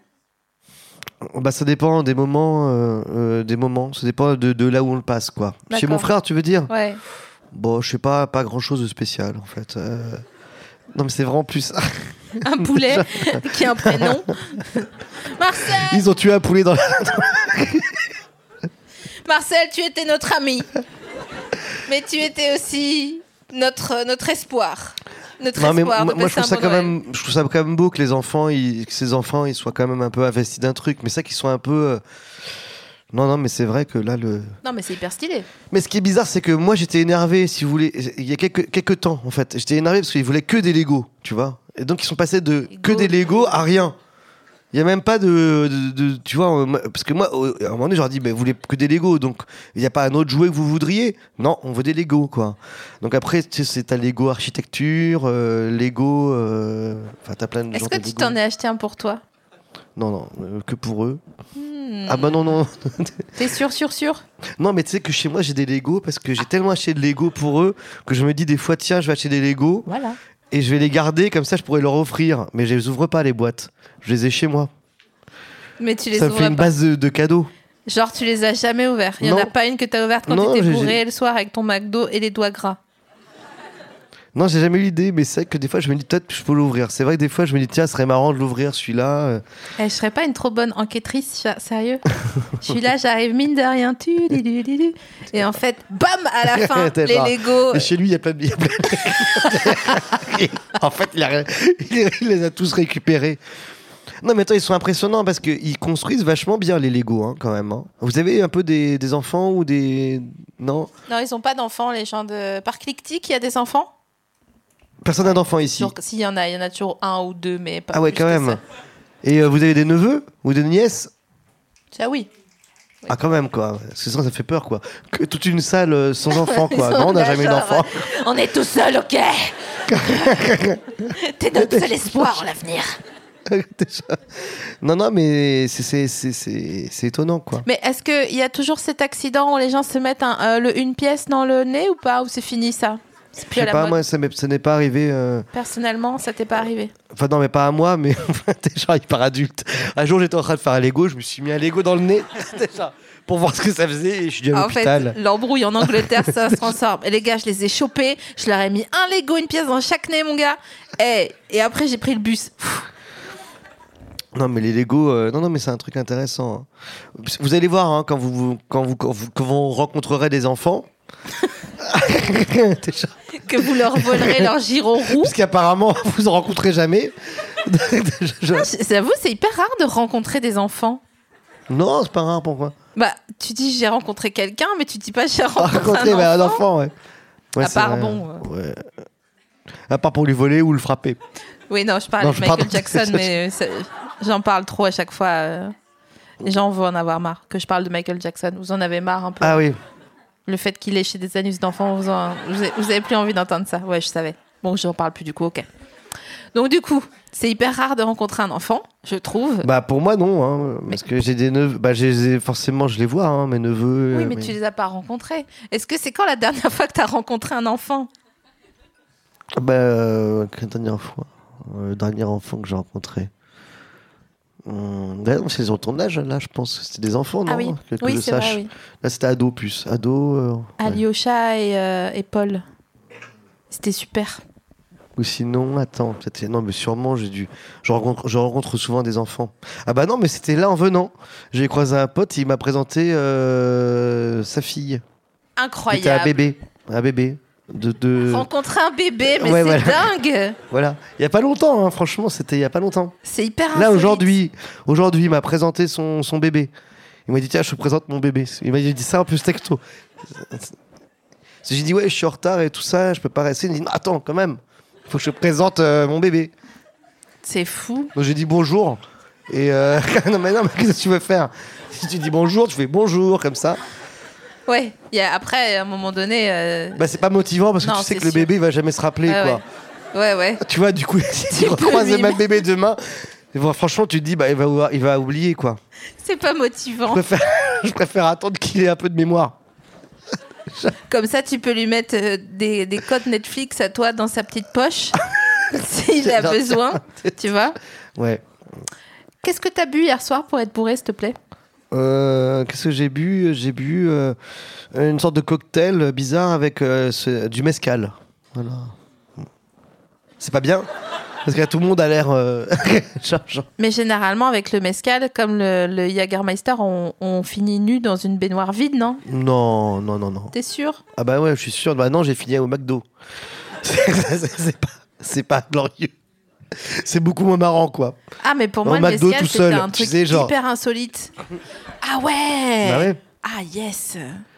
[SPEAKER 2] euh,
[SPEAKER 3] bah, ça dépend des moments, euh, euh, des moments. Ça dépend de, de là où on le passe, quoi. Chez
[SPEAKER 2] D'accord.
[SPEAKER 3] mon frère, tu veux dire
[SPEAKER 2] Ouais.
[SPEAKER 3] Bon, je sais pas, pas grand chose de spécial, en fait. Euh, Non, mais c'est vraiment plus. ça.
[SPEAKER 2] Un poulet qui a un prénom. Marcel,
[SPEAKER 3] Ils ont tué un poulet dans la.
[SPEAKER 2] Marcel, tu étais notre ami. Mais tu étais aussi notre, euh, notre espoir. Notre
[SPEAKER 3] Non, mais
[SPEAKER 2] espoir.
[SPEAKER 3] moi,
[SPEAKER 2] de
[SPEAKER 3] moi, je
[SPEAKER 2] passer
[SPEAKER 3] trouve ça
[SPEAKER 2] un
[SPEAKER 3] quand
[SPEAKER 2] bon Noël.
[SPEAKER 3] même, je trouve ça quand même beau que les enfants, ils, que ces enfants, ils soient quand même un peu investis d'un truc. Mais ça, qu'ils soient un peu. euh, Non, non, mais c'est vrai que là, le.
[SPEAKER 2] Non, mais c'est hyper stylé.
[SPEAKER 3] Mais ce qui est bizarre, c'est que moi, j'étais énervé, si vous voulez, il y a quelques, quelques temps, en fait. J'étais énervé parce qu'ils voulaient que des Lego, tu vois. Et donc, ils sont passés de que
[SPEAKER 2] Lego.
[SPEAKER 3] des Lego à rien. Il n'y a même pas de, de- de- Tu vois, euh, moi- parce que moi, au- à un moment donné, je leur dis, mais vous voulez que des Lego, donc il n'y a pas un autre jouet que vous voudriez Non, on veut des Lego, quoi. Donc après, tu sais, c'est- t'as Lego architecture, euh, Lego. euh, Enfin, t'as plein de
[SPEAKER 2] Est-ce
[SPEAKER 3] genres
[SPEAKER 2] que
[SPEAKER 3] de
[SPEAKER 2] tu
[SPEAKER 3] Lego.
[SPEAKER 2] t'en es acheté un pour toi
[SPEAKER 3] Non, non, euh, que pour eux.
[SPEAKER 2] Hmm.
[SPEAKER 3] Ah bah non, non.
[SPEAKER 2] T'es sûr, sûr, sûr
[SPEAKER 3] Non, mais tu sais que chez moi, j'ai des Lego parce que j'ai tellement acheté de Lego pour eux que je me dis des fois, tiens, je vais acheter des Lego
[SPEAKER 2] Voilà.
[SPEAKER 3] et je vais les garder, comme ça, je pourrais leur offrir. Mais je les ouvre pas, les boîtes. Je les ai chez moi.
[SPEAKER 2] Mais tu les
[SPEAKER 3] ça me
[SPEAKER 2] ouvres
[SPEAKER 3] fait une
[SPEAKER 2] pas.
[SPEAKER 3] base de, de cadeaux.
[SPEAKER 2] Genre, tu les as jamais ouverts. Il y en
[SPEAKER 3] Non.
[SPEAKER 2] a pas une que t'as ouverte quand
[SPEAKER 3] Non,
[SPEAKER 2] t'étais
[SPEAKER 3] j'ai-
[SPEAKER 2] bourré le soir avec ton McDo et les doigts gras.
[SPEAKER 3] Non, j'ai jamais eu l'idée, mais c'est vrai que des fois, je me dis peut-être que je peux l'ouvrir. C'est vrai que des fois, je me dis tiens, ce serait marrant de l'ouvrir celui-là. euh.
[SPEAKER 2] Eh, je serais pas une trop bonne enquêtrice, ça- sérieux. je suis là, j'arrive mine de rien, tu, li, li, li, li. et en fait, bam, à la fin,
[SPEAKER 3] T'es
[SPEAKER 2] les
[SPEAKER 3] genre,
[SPEAKER 2] Lego.
[SPEAKER 3] Et chez lui, il y a plein de. il y a plein de- en fait, il, a rien- il- il les a tous récupérés. Non, mais attends, ils sont impressionnants parce qu'ils construisent vachement bien les Lego, hein, quand même. hein. Vous avez un peu des, des enfants ou des. Non
[SPEAKER 2] Non, ils ont pas d'enfants, les gens de Parc Lictique, il y a des enfants
[SPEAKER 3] Personne n'a d'enfants ici.
[SPEAKER 2] Genre, S'il y en a, il y en a toujours un ou deux, mais pas
[SPEAKER 3] Ah ouais,
[SPEAKER 2] plus
[SPEAKER 3] quand
[SPEAKER 2] que
[SPEAKER 3] même. Et euh, vous avez des neveux ou des nièces
[SPEAKER 2] ça. Ah oui.
[SPEAKER 3] Ah, quand même, quoi. Parce que sinon, ça fait peur, quoi. Que toute une salle euh, sans enfants, quoi. Non, on n'a
[SPEAKER 2] Là,
[SPEAKER 3] jamais eu
[SPEAKER 2] genre, euh,
[SPEAKER 3] d'enfants.
[SPEAKER 2] On est tout seul, ok T'es notre seul espoir, l'avenir.
[SPEAKER 3] Déjà. Non, non, mais c'est- c'est- c'est c'est- c'est étonnant, quoi.
[SPEAKER 2] Mais est-ce qu'il y a toujours cet accident où les gens se mettent un- euh, le- une pièce dans le nez ou pas Ou c'est fini ça C'est
[SPEAKER 3] Je
[SPEAKER 2] plus à
[SPEAKER 3] sais
[SPEAKER 2] la
[SPEAKER 3] pas,
[SPEAKER 2] mode.
[SPEAKER 3] moi, ça, m'est- ça n'est pas arrivé. euh,
[SPEAKER 2] Personnellement, ça t'est pas arrivé.
[SPEAKER 3] Enfin, non, mais pas à moi, mais déjà, hyper adulte. Un jour, j'étais en train de faire un Lego, je me suis mis un Lego dans le nez, déjà, pour voir ce que ça faisait, et je suis allé à
[SPEAKER 2] En fait,
[SPEAKER 3] l'hôpital.
[SPEAKER 2] l'embrouille en Angleterre, ça se transforme. Et les gars, je les ai chopés. Je leur ai mis un Lego, une pièce dans chaque nez, mon gars. Et, et après, j'ai pris le bus. Pff,
[SPEAKER 3] Non, mais les Lego, euh, non, non, mais c'est un truc intéressant. hein. Vous allez voir, hein, quand, vous, vous- quand, vous, quand, vous, quand vous rencontrerez des enfants. Déjà.
[SPEAKER 2] Que vous leur volerez leur giron roux.
[SPEAKER 3] Parce qu'apparemment, vous en rencontrez jamais. Déjà, je-
[SPEAKER 2] J'avoue, c'est hyper rare de rencontrer des enfants.
[SPEAKER 3] Non, c'est pas rare, pourquoi
[SPEAKER 2] Bah, tu dis j'ai rencontré quelqu'un, mais tu dis pas j'ai
[SPEAKER 3] Pas
[SPEAKER 2] rencontré,
[SPEAKER 3] rencontrer
[SPEAKER 2] un
[SPEAKER 3] bah, un
[SPEAKER 2] enfant.
[SPEAKER 3] enfant, ouais. Ouais,
[SPEAKER 2] À
[SPEAKER 3] c'est
[SPEAKER 2] part,
[SPEAKER 3] vrai. hein.
[SPEAKER 2] bon, euh,
[SPEAKER 3] Ouais. À part pour lui voler ou le frapper.
[SPEAKER 2] Oui, non, je parle
[SPEAKER 3] Non,
[SPEAKER 2] de
[SPEAKER 3] je-
[SPEAKER 2] Michael
[SPEAKER 3] pardon.
[SPEAKER 2] Jackson, mais euh, ça- j'en parle trop à chaque fois. euh. Les gens vont en avoir marre que je parle de Michael Jackson. Vous en avez marre un peu.
[SPEAKER 3] Ah oui.
[SPEAKER 2] Le fait qu'il ait chez des anus d'enfants, vous, en- vous avez- vous avez plus envie d'entendre ça. Ouais, je savais. Bon, j'en parle plus du coup, ok. Donc, du coup, c'est hyper rare de rencontrer un enfant, je trouve.
[SPEAKER 3] Bah pour moi non, hein, parce que j'ai des neveux, bah j'ai j'ai- forcément je les vois, hein, mes neveux.
[SPEAKER 2] oui,
[SPEAKER 3] euh,
[SPEAKER 2] mais,
[SPEAKER 3] mes-
[SPEAKER 2] tu les as pas rencontrés. Est-ce que c'est quand la dernière fois que tu as rencontré un enfant
[SPEAKER 3] Bah euh, que la dernière fois, euh, le dernier enfant que j'ai rencontré. Hum, bah non, c'est sur ton âge là, je pense. C'était des enfants, non hein,
[SPEAKER 2] Ah oui,
[SPEAKER 3] Que, que
[SPEAKER 2] oui
[SPEAKER 3] je
[SPEAKER 2] c'est vrai,
[SPEAKER 3] sache.
[SPEAKER 2] oui.
[SPEAKER 3] Là c'était ado plus, ado euh, ouais.
[SPEAKER 2] Alyosha et, euh, et Paul. C'était super.
[SPEAKER 3] Ou sinon, attends, peut-être non, mais sûrement j'ai dû. Je rencontre, je rencontre souvent des enfants. Ah bah non, mais c'était là en venant. J'ai croisé un pote, il m'a présenté euh, sa fille. C'était un
[SPEAKER 2] Incroyable.
[SPEAKER 3] bébé, un bébé de, de...
[SPEAKER 2] Rencontrer un bébé, mais
[SPEAKER 3] Euh, Ouais,
[SPEAKER 2] c'est
[SPEAKER 3] voilà.
[SPEAKER 2] dingue.
[SPEAKER 3] Voilà. Il y a pas longtemps, hein, franchement, c'était il y a pas longtemps.
[SPEAKER 2] Ah, C'est hyper.
[SPEAKER 3] Là,
[SPEAKER 2] insolite.
[SPEAKER 3] aujourd'hui, aujourd'hui, il m'a présenté son, son bébé. Il m'a dit, tiens, je te présente mon bébé. Il m'a dit ça en plus texto. Parce que J'ai dit, ouais, je suis en retard et tout ça, je peux pas rester. Il m'a dit, non, attends, quand même, faut que je te présente euh, mon bébé.
[SPEAKER 2] C'est fou.
[SPEAKER 3] Donc j'ai dit bonjour. Et euh, non, mais non, mais qu'est-ce que tu veux faire Si tu dis bonjour, tu fais bonjour, comme ça.
[SPEAKER 2] Ouais. Il y a- après, à un moment donné. euh,
[SPEAKER 3] Bah, c'est pas motivant parce que
[SPEAKER 2] Non,
[SPEAKER 3] tu sais
[SPEAKER 2] c'est
[SPEAKER 3] que le
[SPEAKER 2] sûr.
[SPEAKER 3] bébé il va jamais se rappeler,
[SPEAKER 2] ouais,
[SPEAKER 3] quoi.
[SPEAKER 2] ouais. ouais, ouais.
[SPEAKER 3] Tu vois, du coup, si tu,
[SPEAKER 2] Tu peux
[SPEAKER 3] recroises le
[SPEAKER 2] lui
[SPEAKER 3] même bébé demain, et bon, franchement, tu te dis, bah, il va, il va oublier, quoi.
[SPEAKER 2] C'est pas
[SPEAKER 3] Je
[SPEAKER 2] motivant.
[SPEAKER 3] préfère, je préfère attendre qu'il ait un peu de mémoire.
[SPEAKER 2] Comme ça, tu peux lui mettre euh, des, des codes Netflix à toi dans sa petite poche. S'il a
[SPEAKER 3] J'adore ça.
[SPEAKER 2] besoin. Tu vois.
[SPEAKER 3] Ouais.
[SPEAKER 2] Qu'est-ce que t'as bu hier soir pour être bourré, s'il te plaît
[SPEAKER 3] Euh, Qu'est-ce que j'ai bu J'ai bu euh, une sorte de cocktail bizarre avec euh, ce- du mezcal. Voilà. C'est pas bien Parce que tout le monde a l'air. euh, genre- genre-
[SPEAKER 2] Mais généralement, avec le mescal, comme le, le Jagermeister, on, on finit nu dans une baignoire vide, non
[SPEAKER 3] Non, non, non, non.
[SPEAKER 2] T'es sûr
[SPEAKER 3] Ah bah ouais, je suis sûr. Bah non, j'ai fini au McDo. c'est pas, c'est pas glorieux. C'est beaucoup moins marrant, quoi.
[SPEAKER 2] Ah, mais pour
[SPEAKER 3] Au
[SPEAKER 2] moi, le
[SPEAKER 3] McDo
[SPEAKER 2] mescal,
[SPEAKER 3] tout
[SPEAKER 2] c'était
[SPEAKER 3] seul,
[SPEAKER 2] un
[SPEAKER 3] tu
[SPEAKER 2] truc
[SPEAKER 3] sais, genre.
[SPEAKER 2] hyper insolite. Ah ouais
[SPEAKER 3] Bah ouais.
[SPEAKER 2] Ah yes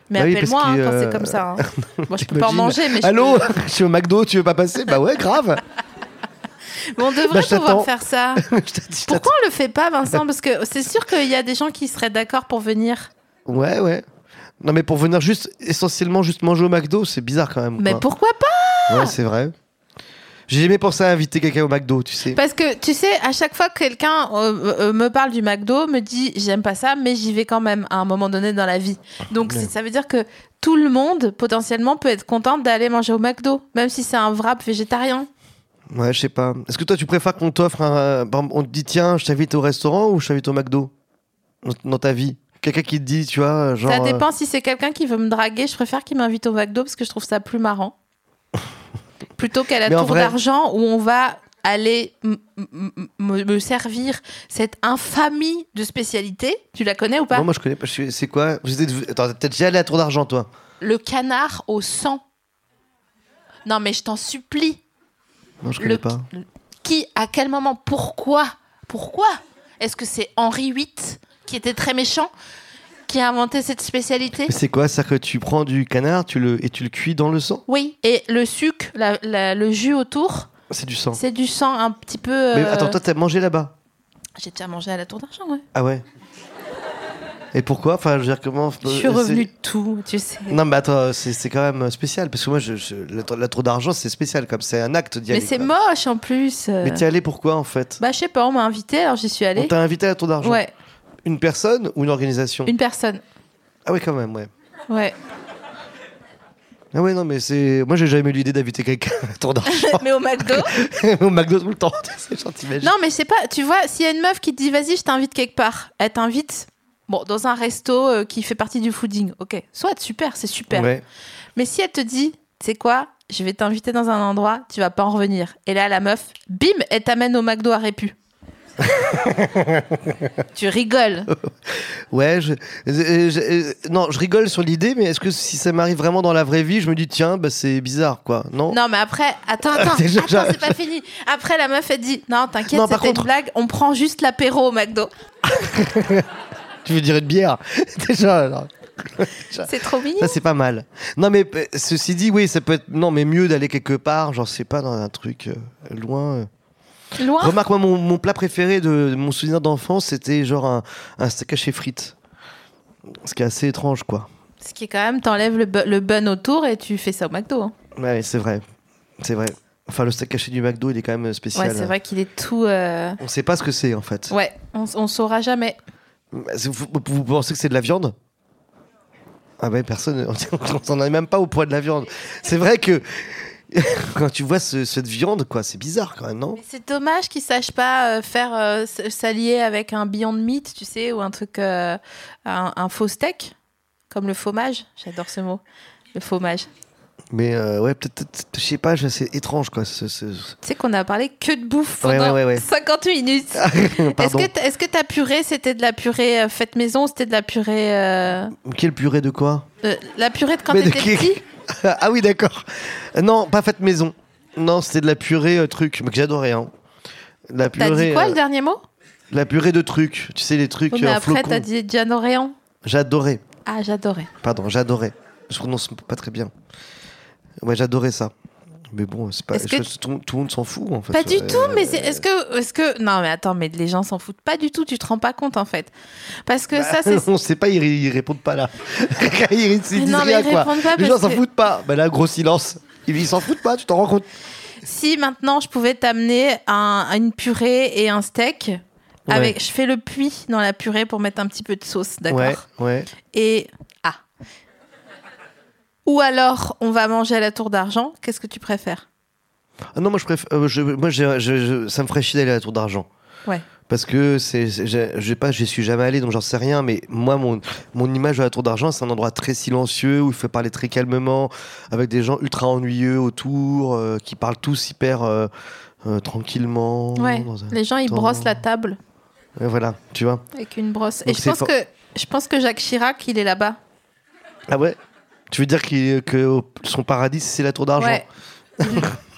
[SPEAKER 2] Mais
[SPEAKER 3] Bah oui,
[SPEAKER 2] appelle-moi
[SPEAKER 3] parce
[SPEAKER 2] hein,
[SPEAKER 3] que,
[SPEAKER 2] quand
[SPEAKER 3] euh,
[SPEAKER 2] c'est comme ça. hein. Moi, je peux pas en
[SPEAKER 3] Imagine.
[SPEAKER 2] manger, mais je
[SPEAKER 3] Allô,
[SPEAKER 2] peux-
[SPEAKER 3] je suis au McDo, tu veux pas passer Bah ouais, grave.
[SPEAKER 2] Mais on
[SPEAKER 3] Bah,
[SPEAKER 2] devrait
[SPEAKER 3] je t'attends.
[SPEAKER 2] pouvoir faire ça.
[SPEAKER 3] Je t'ai dit,
[SPEAKER 2] Pourquoi on le fait pas, Vincent Parce que c'est sûr qu'il y a des gens qui seraient d'accord pour venir.
[SPEAKER 3] Ouais, ouais. Non, mais pour venir juste, essentiellement, juste manger au McDo, c'est bizarre quand même.
[SPEAKER 2] Mais
[SPEAKER 3] quoi.
[SPEAKER 2] pourquoi pas
[SPEAKER 3] Ouais, c'est vrai. J'ai jamais pensé à inviter quelqu'un au McDo, tu sais.
[SPEAKER 2] Parce que tu sais, à chaque fois que quelqu'un euh, euh, me parle du McDo, me dit j'aime pas ça, mais j'y vais quand même à un moment donné dans la vie. Donc
[SPEAKER 3] Ouais.
[SPEAKER 2] c'est- ça veut dire que tout le monde potentiellement peut être content d'aller manger au McDo, même si c'est un wrap végétarien.
[SPEAKER 3] Ouais, je sais pas. Est-ce que toi, tu préfères qu'on t'offre un. par exemple, On te dit, tiens, je t'invite au restaurant ou je t'invite au McDo dans, dans ta vie Quelqu'un qui te dit, tu vois, genre.
[SPEAKER 2] ça
[SPEAKER 3] euh,
[SPEAKER 2] dépend si c'est quelqu'un qui veut me draguer. Je préfère qu'il m'invite au McDo parce que je trouve ça plus marrant. plutôt qu'à la
[SPEAKER 3] Mais en
[SPEAKER 2] tour
[SPEAKER 3] vrai-
[SPEAKER 2] d'argent où on va aller m- m- m- me servir cette infamie de spécialité. Tu la connais ou pas
[SPEAKER 3] Non, moi je connais pas. je suis- C'est quoi Vous êtes... Attends, t'es peut-être déjà allé à la Tour d'Argent, toi
[SPEAKER 2] Le canard au sang. Non mais je t'en supplie.
[SPEAKER 3] Non, je connais
[SPEAKER 2] Le
[SPEAKER 3] pas.
[SPEAKER 2] Qui, à quel moment, pourquoi Pourquoi Est-ce que c'est Henri VIII qui était très méchant qui a inventé cette spécialité
[SPEAKER 3] Mais c'est quoi C'est-à-dire que tu prends du canard tu le... et tu le cuis dans le sang
[SPEAKER 2] Oui, et le sucre, la- la- le jus autour,
[SPEAKER 3] C'est du sang.
[SPEAKER 2] c'est du sang un petit peu. euh,
[SPEAKER 3] Mais attends, toi t'as mangé là-bas
[SPEAKER 2] J'ai déjà mangé à la tour d'argent, ouais.
[SPEAKER 3] Ah ouais Et pourquoi Enfin, je veux dire, comment.
[SPEAKER 2] Je suis
[SPEAKER 3] euh,
[SPEAKER 2] revenue de
[SPEAKER 3] c'est-
[SPEAKER 2] tout, tu sais.
[SPEAKER 3] Non, mais attends, c'est c'est quand même spécial. Parce que moi, je, je- la, tour- la Tour d'Argent, c'est spécial comme c'est un acte d'y
[SPEAKER 2] Mais
[SPEAKER 3] aller.
[SPEAKER 2] c'est
[SPEAKER 3] quoi.
[SPEAKER 2] moche en plus. euh.
[SPEAKER 3] Mais t'es allé pourquoi en fait
[SPEAKER 2] Bah, je sais pas, on m'a invité, alors j'y suis
[SPEAKER 3] On
[SPEAKER 2] allée.
[SPEAKER 3] t'a invité à la Tour d'Argent
[SPEAKER 2] Ouais,
[SPEAKER 3] Une personne ou une organisation
[SPEAKER 2] une personne.
[SPEAKER 3] Ah ouais, quand même, ouais.
[SPEAKER 2] Ouais.
[SPEAKER 3] Ah ouais, non, mais c'est. Moi, j'ai jamais eu l'idée d'inviter quelqu'un à la Tour d'Argent
[SPEAKER 2] mais au McDo
[SPEAKER 3] au McDo tout le temps. c'est gentil, mais
[SPEAKER 2] Non, mais c'est pas, tu vois, s'il y a une meuf qui te dit vas-y, je t'invite quelque part, elle t'invite. Bon, dans un resto euh, qui fait partie du fooding, ok. Soit super, c'est super.
[SPEAKER 3] Ouais.
[SPEAKER 2] Mais si elle te dit, tu sais quoi, je vais t'inviter dans un endroit, tu vas pas en revenir. Et là, la meuf, bim, elle t'amène au McDo à Répu. tu rigoles.
[SPEAKER 3] Euh, Ouais, je, euh, je- euh, non, je rigole sur l'idée, mais est-ce que si ça m'arrive vraiment dans la vraie vie, je me dis tiens, bah, c'est bizarre, quoi, non
[SPEAKER 2] Non, mais après, attends, attends,
[SPEAKER 3] ah, Déjà,
[SPEAKER 2] attends,
[SPEAKER 3] j'ai-
[SPEAKER 2] c'est pas fini. Après, la meuf, elle dit, non, t'inquiète,
[SPEAKER 3] Non,
[SPEAKER 2] c'était
[SPEAKER 3] par contre-
[SPEAKER 2] une blague, on prend juste l'apéro au McDo.
[SPEAKER 3] Tu veux dire une bière Déjà, alors,
[SPEAKER 2] C'est trop mignon.
[SPEAKER 3] ça c'est pas mal. Non, mais euh, ceci dit, oui, ça peut être. Non, mais mieux d'aller quelque part, genre, c'est pas dans un truc euh, loin. euh.
[SPEAKER 2] Loin.
[SPEAKER 3] Remarque, moi, mon, mon plat préféré de, de mon souvenir d'enfance, c'était genre un, un steak haché frites. Ce qui est assez étrange, quoi.
[SPEAKER 2] Ce qui est quand même, t'enlèves le, bu- le bun autour et tu fais ça au McDo. hein.
[SPEAKER 3] Ouais, c'est vrai. C'est vrai. Enfin, le steak haché du McDo, il est quand même euh, spécial.
[SPEAKER 2] Ouais, c'est vrai qu'il est tout. euh,
[SPEAKER 3] On sait pas ce que c'est, en fait. Bah,
[SPEAKER 2] Ouais, on, on saura jamais.
[SPEAKER 3] Vous, vous pensez que c'est de la viande Ah ben personne, on s'en est même pas au poids de la viande. C'est vrai que quand tu vois ce- cette viande, quoi, c'est bizarre quand même, non
[SPEAKER 2] Mais c'est dommage qu'ils sachent pas euh, faire euh, s- s'allier avec un Beyond Meat, tu sais, ou un truc. euh, un, un faux steak, comme le fromage. J'adore ce mot. Le fromage.
[SPEAKER 3] Mais euh, ouais, peut-être, peut-être- je sais pas, c'est étrange, quoi. ce- ce- ce-
[SPEAKER 2] Tu sais qu'on a parlé que de bouffe
[SPEAKER 3] Ouais,
[SPEAKER 2] pendant
[SPEAKER 3] ouais, ouais, ouais. Ah,
[SPEAKER 2] 50 minutes. Est-ce
[SPEAKER 3] Pardon.
[SPEAKER 2] que, t- est-ce que ta purée, c'était de la purée euh, faite maison ou c'était de la purée. euh,
[SPEAKER 3] Quelle purée de quoi
[SPEAKER 2] euh, la purée de quand
[SPEAKER 3] Mais de
[SPEAKER 2] t'étais
[SPEAKER 3] qui-
[SPEAKER 2] petit
[SPEAKER 3] Ah oui, d'accord. Non, pas faite maison. Non, c'était de la purée euh, truc, mais que j'adorais. Hein. La
[SPEAKER 2] T'as
[SPEAKER 3] purée,
[SPEAKER 2] dit quoi
[SPEAKER 3] euh,
[SPEAKER 2] le dernier mot
[SPEAKER 3] la purée de trucs. Tu sais les trucs
[SPEAKER 2] Oui, Mais
[SPEAKER 3] euh,
[SPEAKER 2] après,
[SPEAKER 3] flocons.
[SPEAKER 2] t'as dit Dianoréan.
[SPEAKER 3] J'adorais.
[SPEAKER 2] Ah, j'adorais.
[SPEAKER 3] Pardon, j'adorais. Je prononce pas très bien. Ouais, j'adorais ça. Mais bon, c'est pas.
[SPEAKER 2] Est-ce
[SPEAKER 3] je
[SPEAKER 2] que-
[SPEAKER 3] pense que tout, tout le monde s'en fout en fait.
[SPEAKER 2] Pas du
[SPEAKER 3] Euh,
[SPEAKER 2] tout, mais c'est- est-ce que, est-ce que, non, mais attends, mais les gens s'en foutent pas du tout. Tu te rends pas compte en fait, parce que ça, c'est
[SPEAKER 3] on sait pas, ils, ils répondent pas là. ils, ils disent
[SPEAKER 2] non, mais
[SPEAKER 3] rien,
[SPEAKER 2] ils
[SPEAKER 3] quoi.
[SPEAKER 2] répondent pas
[SPEAKER 3] les gens
[SPEAKER 2] parce
[SPEAKER 3] s'en
[SPEAKER 2] que-
[SPEAKER 3] foutent pas. Bah là, gros silence. Ils ils s'en foutent pas, tu t'en rends compte.
[SPEAKER 2] si maintenant je pouvais t'amener un, une purée et un steak.
[SPEAKER 3] Ouais.
[SPEAKER 2] Avec, je fais le puits dans la purée pour mettre un petit peu de sauce, d'accord
[SPEAKER 3] Ouais, ouais.
[SPEAKER 2] Et ah. Ou alors, on va manger à la tour d'argent. Qu'est-ce que tu préfères
[SPEAKER 3] Ah non, moi je préfère. euh, je- moi, j'ai- je- je- ça me ferait chier d'aller à la Tour d'Argent.
[SPEAKER 2] Ouais.
[SPEAKER 3] Parce que c'est, c'est- j'ai- je sais pas, j'y suis jamais allé, donc j'en sais rien. Mais moi, mon, mon image de la Tour d'Argent, c'est un endroit très silencieux où il faut parler très calmement, avec des gens ultra ennuyeux autour, euh, qui parlent tous hyper euh, euh, tranquillement.
[SPEAKER 2] Ouais.
[SPEAKER 3] dans un-
[SPEAKER 2] Les gens ils
[SPEAKER 3] Attends.
[SPEAKER 2] brossent la table
[SPEAKER 3] Ouais, voilà, tu vois.
[SPEAKER 2] avec une brosse. Et
[SPEAKER 3] Donc
[SPEAKER 2] je
[SPEAKER 3] c'est
[SPEAKER 2] pense
[SPEAKER 3] for-
[SPEAKER 2] que, je pense que Jacques Chirac, il est là-bas.
[SPEAKER 3] Ah ouais. Tu veux dire qu'il- que son paradis, c'est la Tour d'Argent
[SPEAKER 2] Ouais.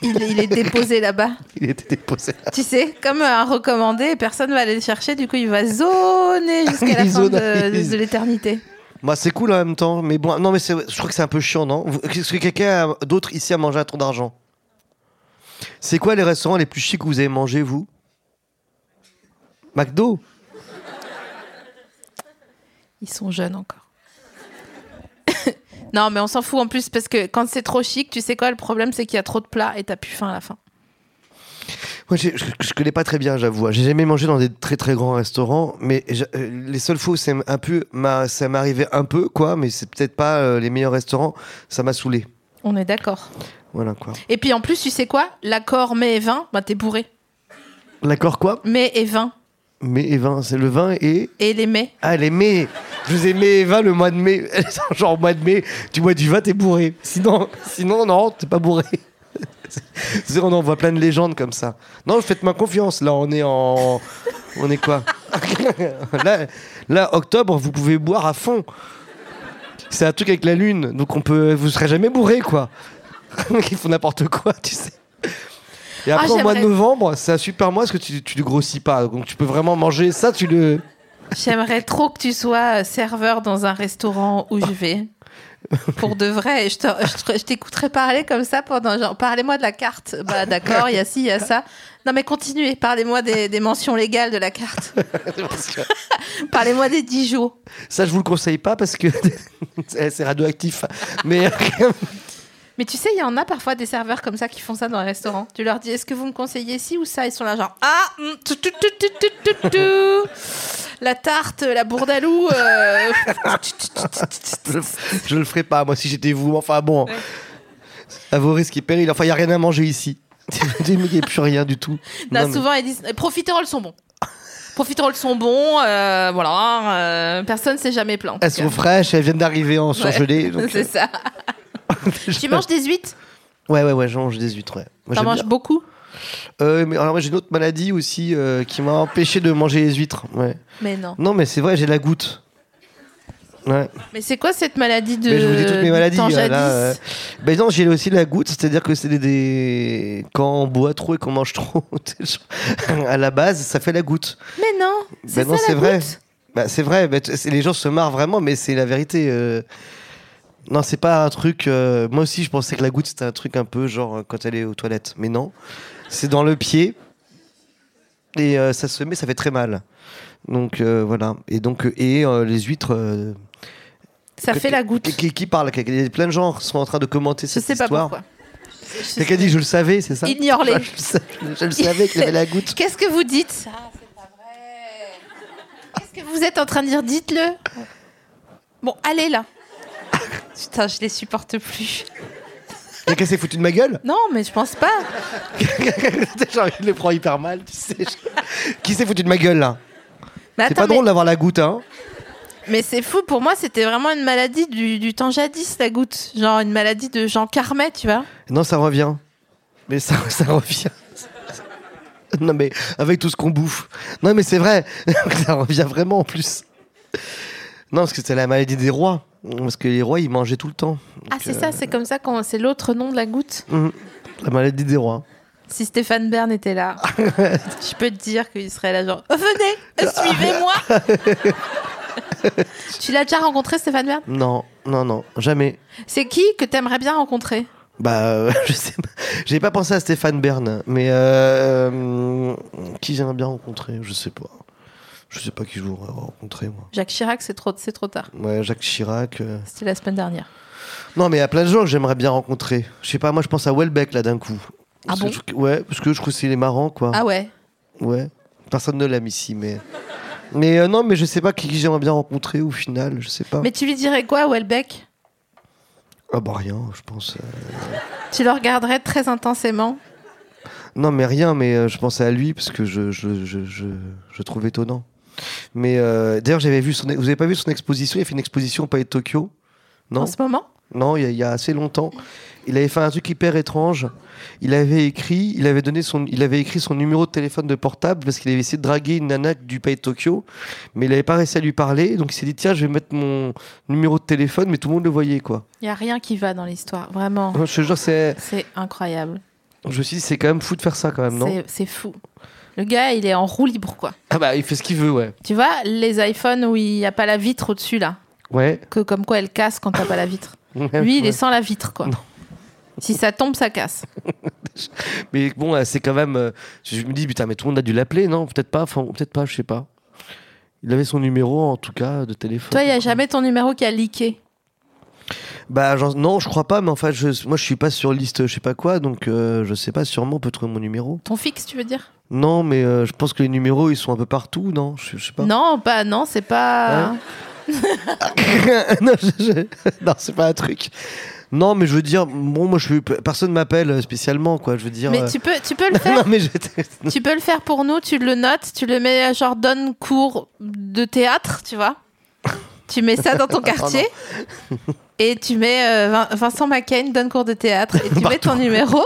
[SPEAKER 2] Il, il est déposé là-bas.
[SPEAKER 3] Il était déposé.
[SPEAKER 2] Tu sais, comme euh, un recommandé, personne va aller le chercher, du coup il va zoner jusqu'à la
[SPEAKER 3] Il
[SPEAKER 2] fin
[SPEAKER 3] zone,
[SPEAKER 2] de,
[SPEAKER 3] il-
[SPEAKER 2] de l'éternité.
[SPEAKER 3] Bah, c'est cool en même temps, mais bon, non, mais c'est- je trouve que c'est un peu chiant, non Vous- Est-ce que quelqu'un a- d'autre ici a mangé à trop d'argent C'est quoi les restaurants les plus chics que vous avez mangé, vous McDo
[SPEAKER 2] Ils sont jeunes encore. non, mais on s'en fout en plus parce que quand c'est trop chic, tu sais quoi, le problème c'est qu'il y a trop de plats et t'as plus faim à la fin.
[SPEAKER 3] Moi, j'ai- je, je connais pas très bien, j'avoue. J'ai jamais mangé dans des très très grands restaurants, mais j'a- euh, les seules fois où c'est un peu, m'a- ça m'arrivait un peu, quoi, mais c'est peut-être pas euh, les meilleurs restaurants, ça m'a saoulé.
[SPEAKER 2] On est d'accord.
[SPEAKER 3] Voilà quoi.
[SPEAKER 2] Et puis en plus, tu sais quoi, l'accord mets et vin, bah t'es bourré.
[SPEAKER 3] L'accord quoi
[SPEAKER 2] Mets et vin
[SPEAKER 3] Mais et vin, c'est le vin et.
[SPEAKER 2] et les mets.
[SPEAKER 3] Ah, les mai Je vous ai mai et vin le mois de mai. Genre, au mois de mai, tu bois du vin, t'es bourré. Sinon, sinon non, t'es pas bourré. Tu sais, on en voit plein de légendes comme ça. Non, faites-moi confiance. Là, on est en. On est quoi là, là, octobre, vous pouvez boire à fond. C'est un truc avec la lune, donc on peut. Vous serez jamais bourré, quoi. Ils font n'importe quoi, tu sais. Et après, au mois de
[SPEAKER 2] j'aimerais-
[SPEAKER 3] novembre, c'est un super mois parce que tu, tu le grossis pas. Donc tu peux vraiment manger ça, tu le.
[SPEAKER 2] J'aimerais trop que tu sois serveur dans un restaurant où je vais. Pour de vrai, Et je te- je te- je t'écouterai parler comme ça pendant genre parlez-moi de la carte. Bah d'accord, il y a ci, il y a ça. Non mais continuez, parlez-moi des, des mentions légales de la carte.
[SPEAKER 3] Parce que
[SPEAKER 2] Parlez-moi des 10 jours.
[SPEAKER 3] ça, je vous le conseille pas parce que c'est c'est radioactif. Mais
[SPEAKER 2] Mais tu sais, il y en a parfois des serveurs comme ça qui font ça dans les restaurants. Tu leur dis est-ce que vous me conseillez ci ou ça Ils sont là genre ah hmm, tout, tout, tout, tout, tout, tout, tout. la tarte, la bourdalou. euh,
[SPEAKER 3] je, je le ferai pas, moi, si j'étais vous. Enfin bon, à vos risques et périls. Enfin, il n'y a rien à manger ici. Il n'y a plus rien du tout.
[SPEAKER 2] Non,
[SPEAKER 3] Non, mais-
[SPEAKER 2] souvent, ils disent euh, profiteroles sont bons. profiteroles sont bons, euh, voilà. euh, personne s'est jamais plaint. en tout
[SPEAKER 3] Elles
[SPEAKER 2] cas.
[SPEAKER 3] sont fraîches, elles viennent d'arriver en surgelé. donc, euh.
[SPEAKER 2] C'est ça. tu manges des huîtres
[SPEAKER 3] Ouais, ouais, ouais, j'en mange des huîtres, ouais. Moi,
[SPEAKER 2] T'en
[SPEAKER 3] j'aime
[SPEAKER 2] manges
[SPEAKER 3] bien.
[SPEAKER 2] beaucoup
[SPEAKER 3] Euh, mais alors, moi, j'ai une autre maladie aussi euh, qui m'a empêché de manger les huîtres. Ouais.
[SPEAKER 2] Mais non.
[SPEAKER 3] Non, mais c'est vrai, j'ai la goutte. Ouais.
[SPEAKER 2] Mais c'est quoi cette maladie de.
[SPEAKER 3] Mais je vous dis toutes mes maladies.
[SPEAKER 2] temps
[SPEAKER 3] euh, là, euh.
[SPEAKER 2] jadis
[SPEAKER 3] Ben non, j'ai aussi la goutte, c'est-à-dire que c'est des, des- Quand on boit trop et qu'on mange trop, t'es genre- à la base, ça fait la goutte.
[SPEAKER 2] Mais non, c'est
[SPEAKER 3] non,
[SPEAKER 2] ça
[SPEAKER 3] c'est
[SPEAKER 2] la
[SPEAKER 3] vrai.
[SPEAKER 2] goutte.
[SPEAKER 3] Bah, c'est vrai, bah, t- c'est- les gens se marrent vraiment, mais c'est la vérité. euh. Non, c'est pas un truc. euh, Moi aussi, je pensais que la goutte, c'était un truc un peu genre euh, quand elle est aux toilettes. Mais non, c'est dans le pied. Et euh, ça se met, ça fait très mal. Donc euh, voilà. Et donc, euh, et euh, les huîtres. euh,
[SPEAKER 2] Ça
[SPEAKER 3] que-
[SPEAKER 2] fait la goutte.
[SPEAKER 3] Qui, qui- qui parle Il y a plein de gens qui sont en train de commenter
[SPEAKER 2] Je
[SPEAKER 3] cette
[SPEAKER 2] sais pas
[SPEAKER 3] histoire.
[SPEAKER 2] pourquoi. Je- je-
[SPEAKER 3] C'est qu'elle dit, je le savais, c'est ça
[SPEAKER 2] Ignore-les.
[SPEAKER 3] Je, le savais- je le savais qu'il avait la goutte.
[SPEAKER 2] Qu'est-ce que vous dites Ça, c'est pas vrai. Qu'est-ce que vous êtes en train de dire Dites-le. Bon, allez là. Putain, je les supporte plus.
[SPEAKER 3] Et qu'elle s'est foutue de ma gueule
[SPEAKER 2] Non, mais je pense pas.
[SPEAKER 3] J'ai envie de le prendre hyper mal, tu sais. Qui s'est foutu de ma gueule, là
[SPEAKER 2] Mais
[SPEAKER 3] C'est
[SPEAKER 2] attends,
[SPEAKER 3] pas
[SPEAKER 2] mais-
[SPEAKER 3] drôle d'avoir la goutte, hein
[SPEAKER 2] Mais c'est fou, pour moi, c'était vraiment une maladie du, du temps jadis, la goutte. Genre une maladie de Jean Carmet, tu vois.
[SPEAKER 3] Non, ça revient. Mais ça, ça revient. Non, mais avec tout ce qu'on bouffe. Non, mais c'est vrai. ça revient vraiment en plus. Non, parce que c'était la maladie des rois. Parce que les rois, ils mangeaient tout le temps.
[SPEAKER 2] Ah,
[SPEAKER 3] Donc,
[SPEAKER 2] c'est
[SPEAKER 3] euh,
[SPEAKER 2] ça, c'est comme ça, quand c'est l'autre nom de la goutte.
[SPEAKER 3] mhm. La maladie des rois.
[SPEAKER 2] Si Stéphane Bern était là, je peux te dire qu'il serait là, genre, Oh, venez, suivez-moi. tu l'as déjà rencontré, Stéphane Bern
[SPEAKER 3] Non, non, non, jamais.
[SPEAKER 2] C'est qui que t'aimerais bien rencontrer
[SPEAKER 3] Bah, euh, je sais pas. J'ai pas pensé à Stéphane Bern, mais euh, euh, qui j'aimerais bien rencontrer, je sais pas. Je sais pas qui je voudrais rencontrer, moi.
[SPEAKER 2] Jacques Chirac, c'est trop, c'est trop tard.
[SPEAKER 3] Ouais, Jacques Chirac. euh.
[SPEAKER 2] C'était la semaine dernière.
[SPEAKER 3] Non, mais il y a plein de gens que j'aimerais bien rencontrer. Je sais pas, moi je pense à Welbeck là d'un coup.
[SPEAKER 2] Ah
[SPEAKER 3] Parce
[SPEAKER 2] bon
[SPEAKER 3] que je- Ouais, parce que je trouve qu'il est marrant, quoi.
[SPEAKER 2] Ah ouais
[SPEAKER 3] Ouais. Personne ne l'aime ici, mais. Mais euh, non, mais je sais pas qui qui j'aimerais bien rencontrer au final, je sais pas.
[SPEAKER 2] Mais tu lui dirais quoi, Welbeck
[SPEAKER 3] Ah bah rien, je pense. euh.
[SPEAKER 2] Tu le regarderais très intensément
[SPEAKER 3] Non, mais rien, mais euh, je pensais à lui parce que je, je, je, je, je trouve étonnant. Mais euh, d'ailleurs, j'avais vu son. Vous avez pas vu son exposition Il a fait une exposition au Palais de Tokyo Non
[SPEAKER 2] en ce moment
[SPEAKER 3] Non, il y, a, il y a assez longtemps. Il avait fait un truc hyper étrange. Il avait écrit, il avait donné son, il avait écrit son numéro de téléphone de portable parce qu'il avait essayé de draguer une nana du Palais de Tokyo, mais il n'avait pas réussi à lui parler. Donc il s'est dit tiens, je vais mettre mon numéro de téléphone, mais tout le monde le voyait quoi.
[SPEAKER 2] Il n'y a rien qui va dans l'histoire, vraiment.
[SPEAKER 3] Je te jure, c'est,
[SPEAKER 2] C'est incroyable.
[SPEAKER 3] je me suis dit c'est quand même fou de faire ça quand même, non
[SPEAKER 2] C'est- C'est fou. Le gars, il est en roue libre, quoi.
[SPEAKER 3] Ah bah il fait ce qu'il veut, ouais.
[SPEAKER 2] Tu vois, les iPhones où il n'y a pas la vitre au-dessus, là,
[SPEAKER 3] Ouais.
[SPEAKER 2] que comme quoi elle casse quand t'as pas la vitre. Lui, il est sans la vitre, quoi.
[SPEAKER 3] Non.
[SPEAKER 2] Si ça tombe, ça casse.
[SPEAKER 3] Mais bon, euh, c'est quand même. euh, Je me dis, putain, mais tout le monde a dû l'appeler, non Peut-être pas, enfin, peut-être pas, je sais pas. Il avait son numéro, en tout cas, de téléphone.
[SPEAKER 2] Toi, il n'y a jamais ton numéro qui a leaké.
[SPEAKER 3] Bah, j'en- non, je crois pas, mais en fait, je, moi, je suis pas sur liste, je sais pas quoi, donc euh, je sais pas, sûrement, on peut trouver mon numéro.
[SPEAKER 2] Ton fixe, tu veux dire
[SPEAKER 3] Non, mais euh, je pense que les numéros, ils sont un peu partout, non je, je sais pas.
[SPEAKER 2] Non, pas, non, c'est pas.
[SPEAKER 3] Hein non, je- je- non, c'est pas un truc. Non, mais je veux dire, bon, moi, je suis- personne m'appelle spécialement, quoi, je veux dire.
[SPEAKER 2] Mais
[SPEAKER 3] euh,
[SPEAKER 2] tu peux, tu peux le
[SPEAKER 3] non,
[SPEAKER 2] faire.
[SPEAKER 3] mais je-
[SPEAKER 2] tu peux le faire pour nous. Tu le notes. Tu le mets à genre donne cours de théâtre, tu vois. Tu mets ça dans ton quartier. Et tu mets euh, Vin- Vincent McCain donne cours de théâtre. Et tu mets ton numéro.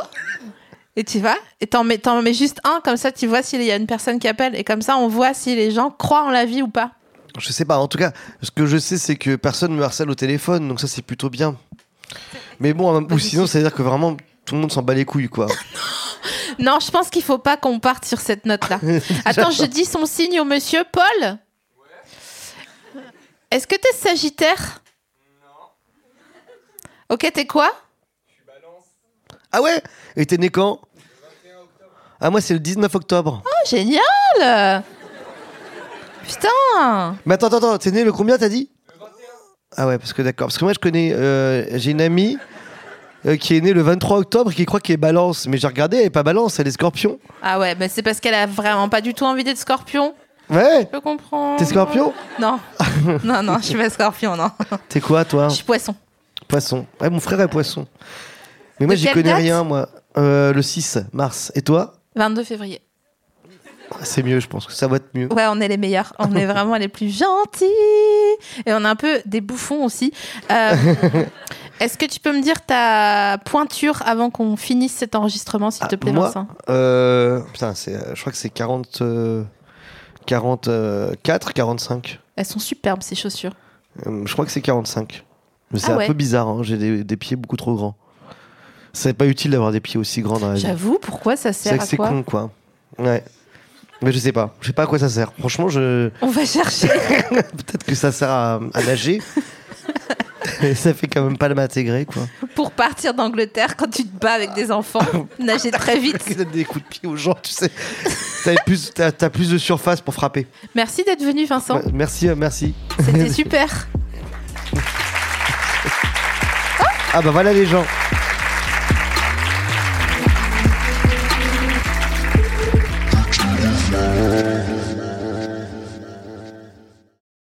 [SPEAKER 2] Et tu vas, et t'en mets, t'en mets juste un, comme ça tu vois s'il y a une personne qui appelle, et comme ça on voit si les gens croient en la vie ou pas.
[SPEAKER 3] Je sais pas. En tout cas, ce que je sais, c'est que personne me harcèle au téléphone, donc ça, c'est plutôt bien. Mais bon, en- ou sinon, ça veut dire que vraiment, tout le monde s'en bat les couilles, quoi.
[SPEAKER 2] Non, je pense qu'il faut pas qu'on parte sur cette note-là. Attends, je dis son signe au monsieur Paul. Est-ce que t'es Sagittaire Non. Ok, t'es quoi
[SPEAKER 3] Ah ouais Et t'es né quand Ah, moi, c'est le 19 octobre.
[SPEAKER 2] Oh, génial Putain
[SPEAKER 3] Mais attends, attends, attends, t'es né le combien, t'as dit Ah ouais, parce que d'accord. Parce que moi, je connais. euh, J'ai une amie euh, qui est née le 23 octobre et qui croit qu'elle est balance. Mais j'ai regardé, elle est pas balance, elle est scorpion.
[SPEAKER 2] Ah ouais, mais c'est parce qu'elle a vraiment pas du tout envie d'être scorpion.
[SPEAKER 3] Ouais
[SPEAKER 2] Je comprends.
[SPEAKER 3] T'es scorpion
[SPEAKER 2] Non. non, non, je suis pas scorpion, non.
[SPEAKER 3] T'es quoi, toi
[SPEAKER 2] Je suis poisson.
[SPEAKER 3] Poisson. Ouais, mon frère est poisson. Mais moi,
[SPEAKER 2] De
[SPEAKER 3] j'y
[SPEAKER 2] quelle
[SPEAKER 3] connais
[SPEAKER 2] date
[SPEAKER 3] rien, moi. Euh, le 6 mars. Et toi
[SPEAKER 2] 22 février.
[SPEAKER 3] C'est mieux, je pense que ça va être mieux.
[SPEAKER 2] Ouais, on est les meilleurs. On est vraiment les plus gentils. Et on est un peu des bouffons aussi. Euh, Est-ce que tu peux me dire ta pointure avant qu'on finisse cet enregistrement, s'il
[SPEAKER 3] Ah,
[SPEAKER 2] te plaît,
[SPEAKER 3] moi,
[SPEAKER 2] Vincent
[SPEAKER 3] euh, putain, c'est, euh, je crois que c'est 40, euh, 44, 45.
[SPEAKER 2] Elles sont superbes, ces chaussures.
[SPEAKER 3] Euh, je crois que c'est 45. Mais c'est
[SPEAKER 2] Ah
[SPEAKER 3] un
[SPEAKER 2] ouais.
[SPEAKER 3] peu bizarre, hein, j'ai des, des pieds beaucoup trop grands. C'est pas utile d'avoir des pieds aussi grands dans la vie.
[SPEAKER 2] J'avoue, pourquoi ça
[SPEAKER 3] C'est
[SPEAKER 2] sert
[SPEAKER 3] vrai que
[SPEAKER 2] à
[SPEAKER 3] c'est
[SPEAKER 2] quoi
[SPEAKER 3] con, quoi. Ouais. Mais je sais pas. Je sais pas à quoi ça sert. Franchement, je...
[SPEAKER 2] On va chercher.
[SPEAKER 3] peut-être que ça sert à, à nager. Et ça fait quand même pas le m'intégrer, quoi.
[SPEAKER 2] pour partir d'Angleterre quand tu te bats avec des enfants. Nager très
[SPEAKER 3] Qui
[SPEAKER 2] vite.
[SPEAKER 3] donne des coups de pied aux gens, tu sais. T'as plus, t'as- t'as plus de surface pour frapper.
[SPEAKER 2] Merci d'être venu, Vincent.
[SPEAKER 3] Ouais, Merci, euh, merci.
[SPEAKER 2] C'était super.
[SPEAKER 3] Ah bah voilà les gens.